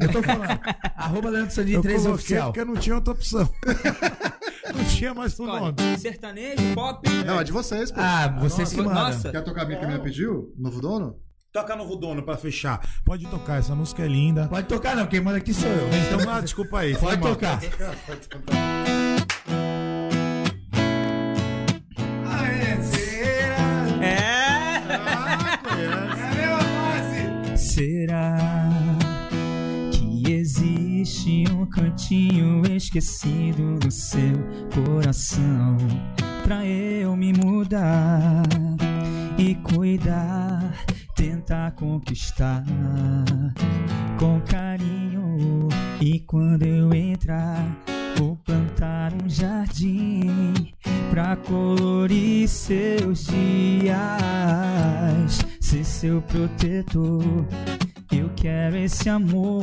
Eu tô falando. Arroba Leandro Sandin Eu 13 coloquei oficial. porque não tinha outra opção. (laughs) não tinha mais um nome. Olha, é? sertanejo, pop. Não, é de vocês, pô. Ah, vocês que mandam. Nossa, Quer tocar a minha que a minha pediu? Novo dono? Toca no Rudono pra fechar. Pode tocar, essa música é linda. Pode tocar não, quem manda aqui sou eu. Então, ah, desculpa aí. foi Pode mal. tocar. É. Será que existe um cantinho esquecido no seu coração pra eu me mudar e cuidar, tentar conquistar com carinho e quando eu entrar vou plantar um jardim pra colorir seus dias, ser seu protetor. Eu quero esse amor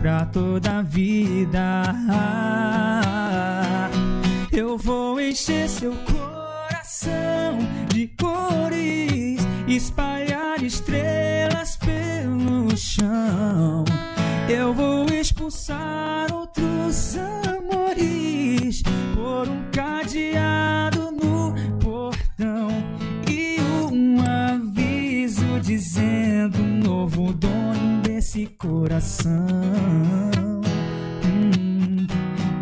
pra toda a vida. Eu vou encher seu coração de cores, espalhar estrelas pelo chão. Eu vou expulsar outros amores por um cadeado no portão e um aviso dizendo um novo dono desse coração. Hum.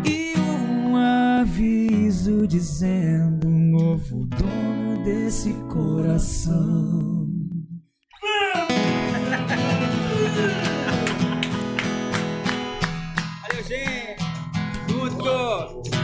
E um aviso dizendo um novo dono desse coração. Valeu, gente! Tudo!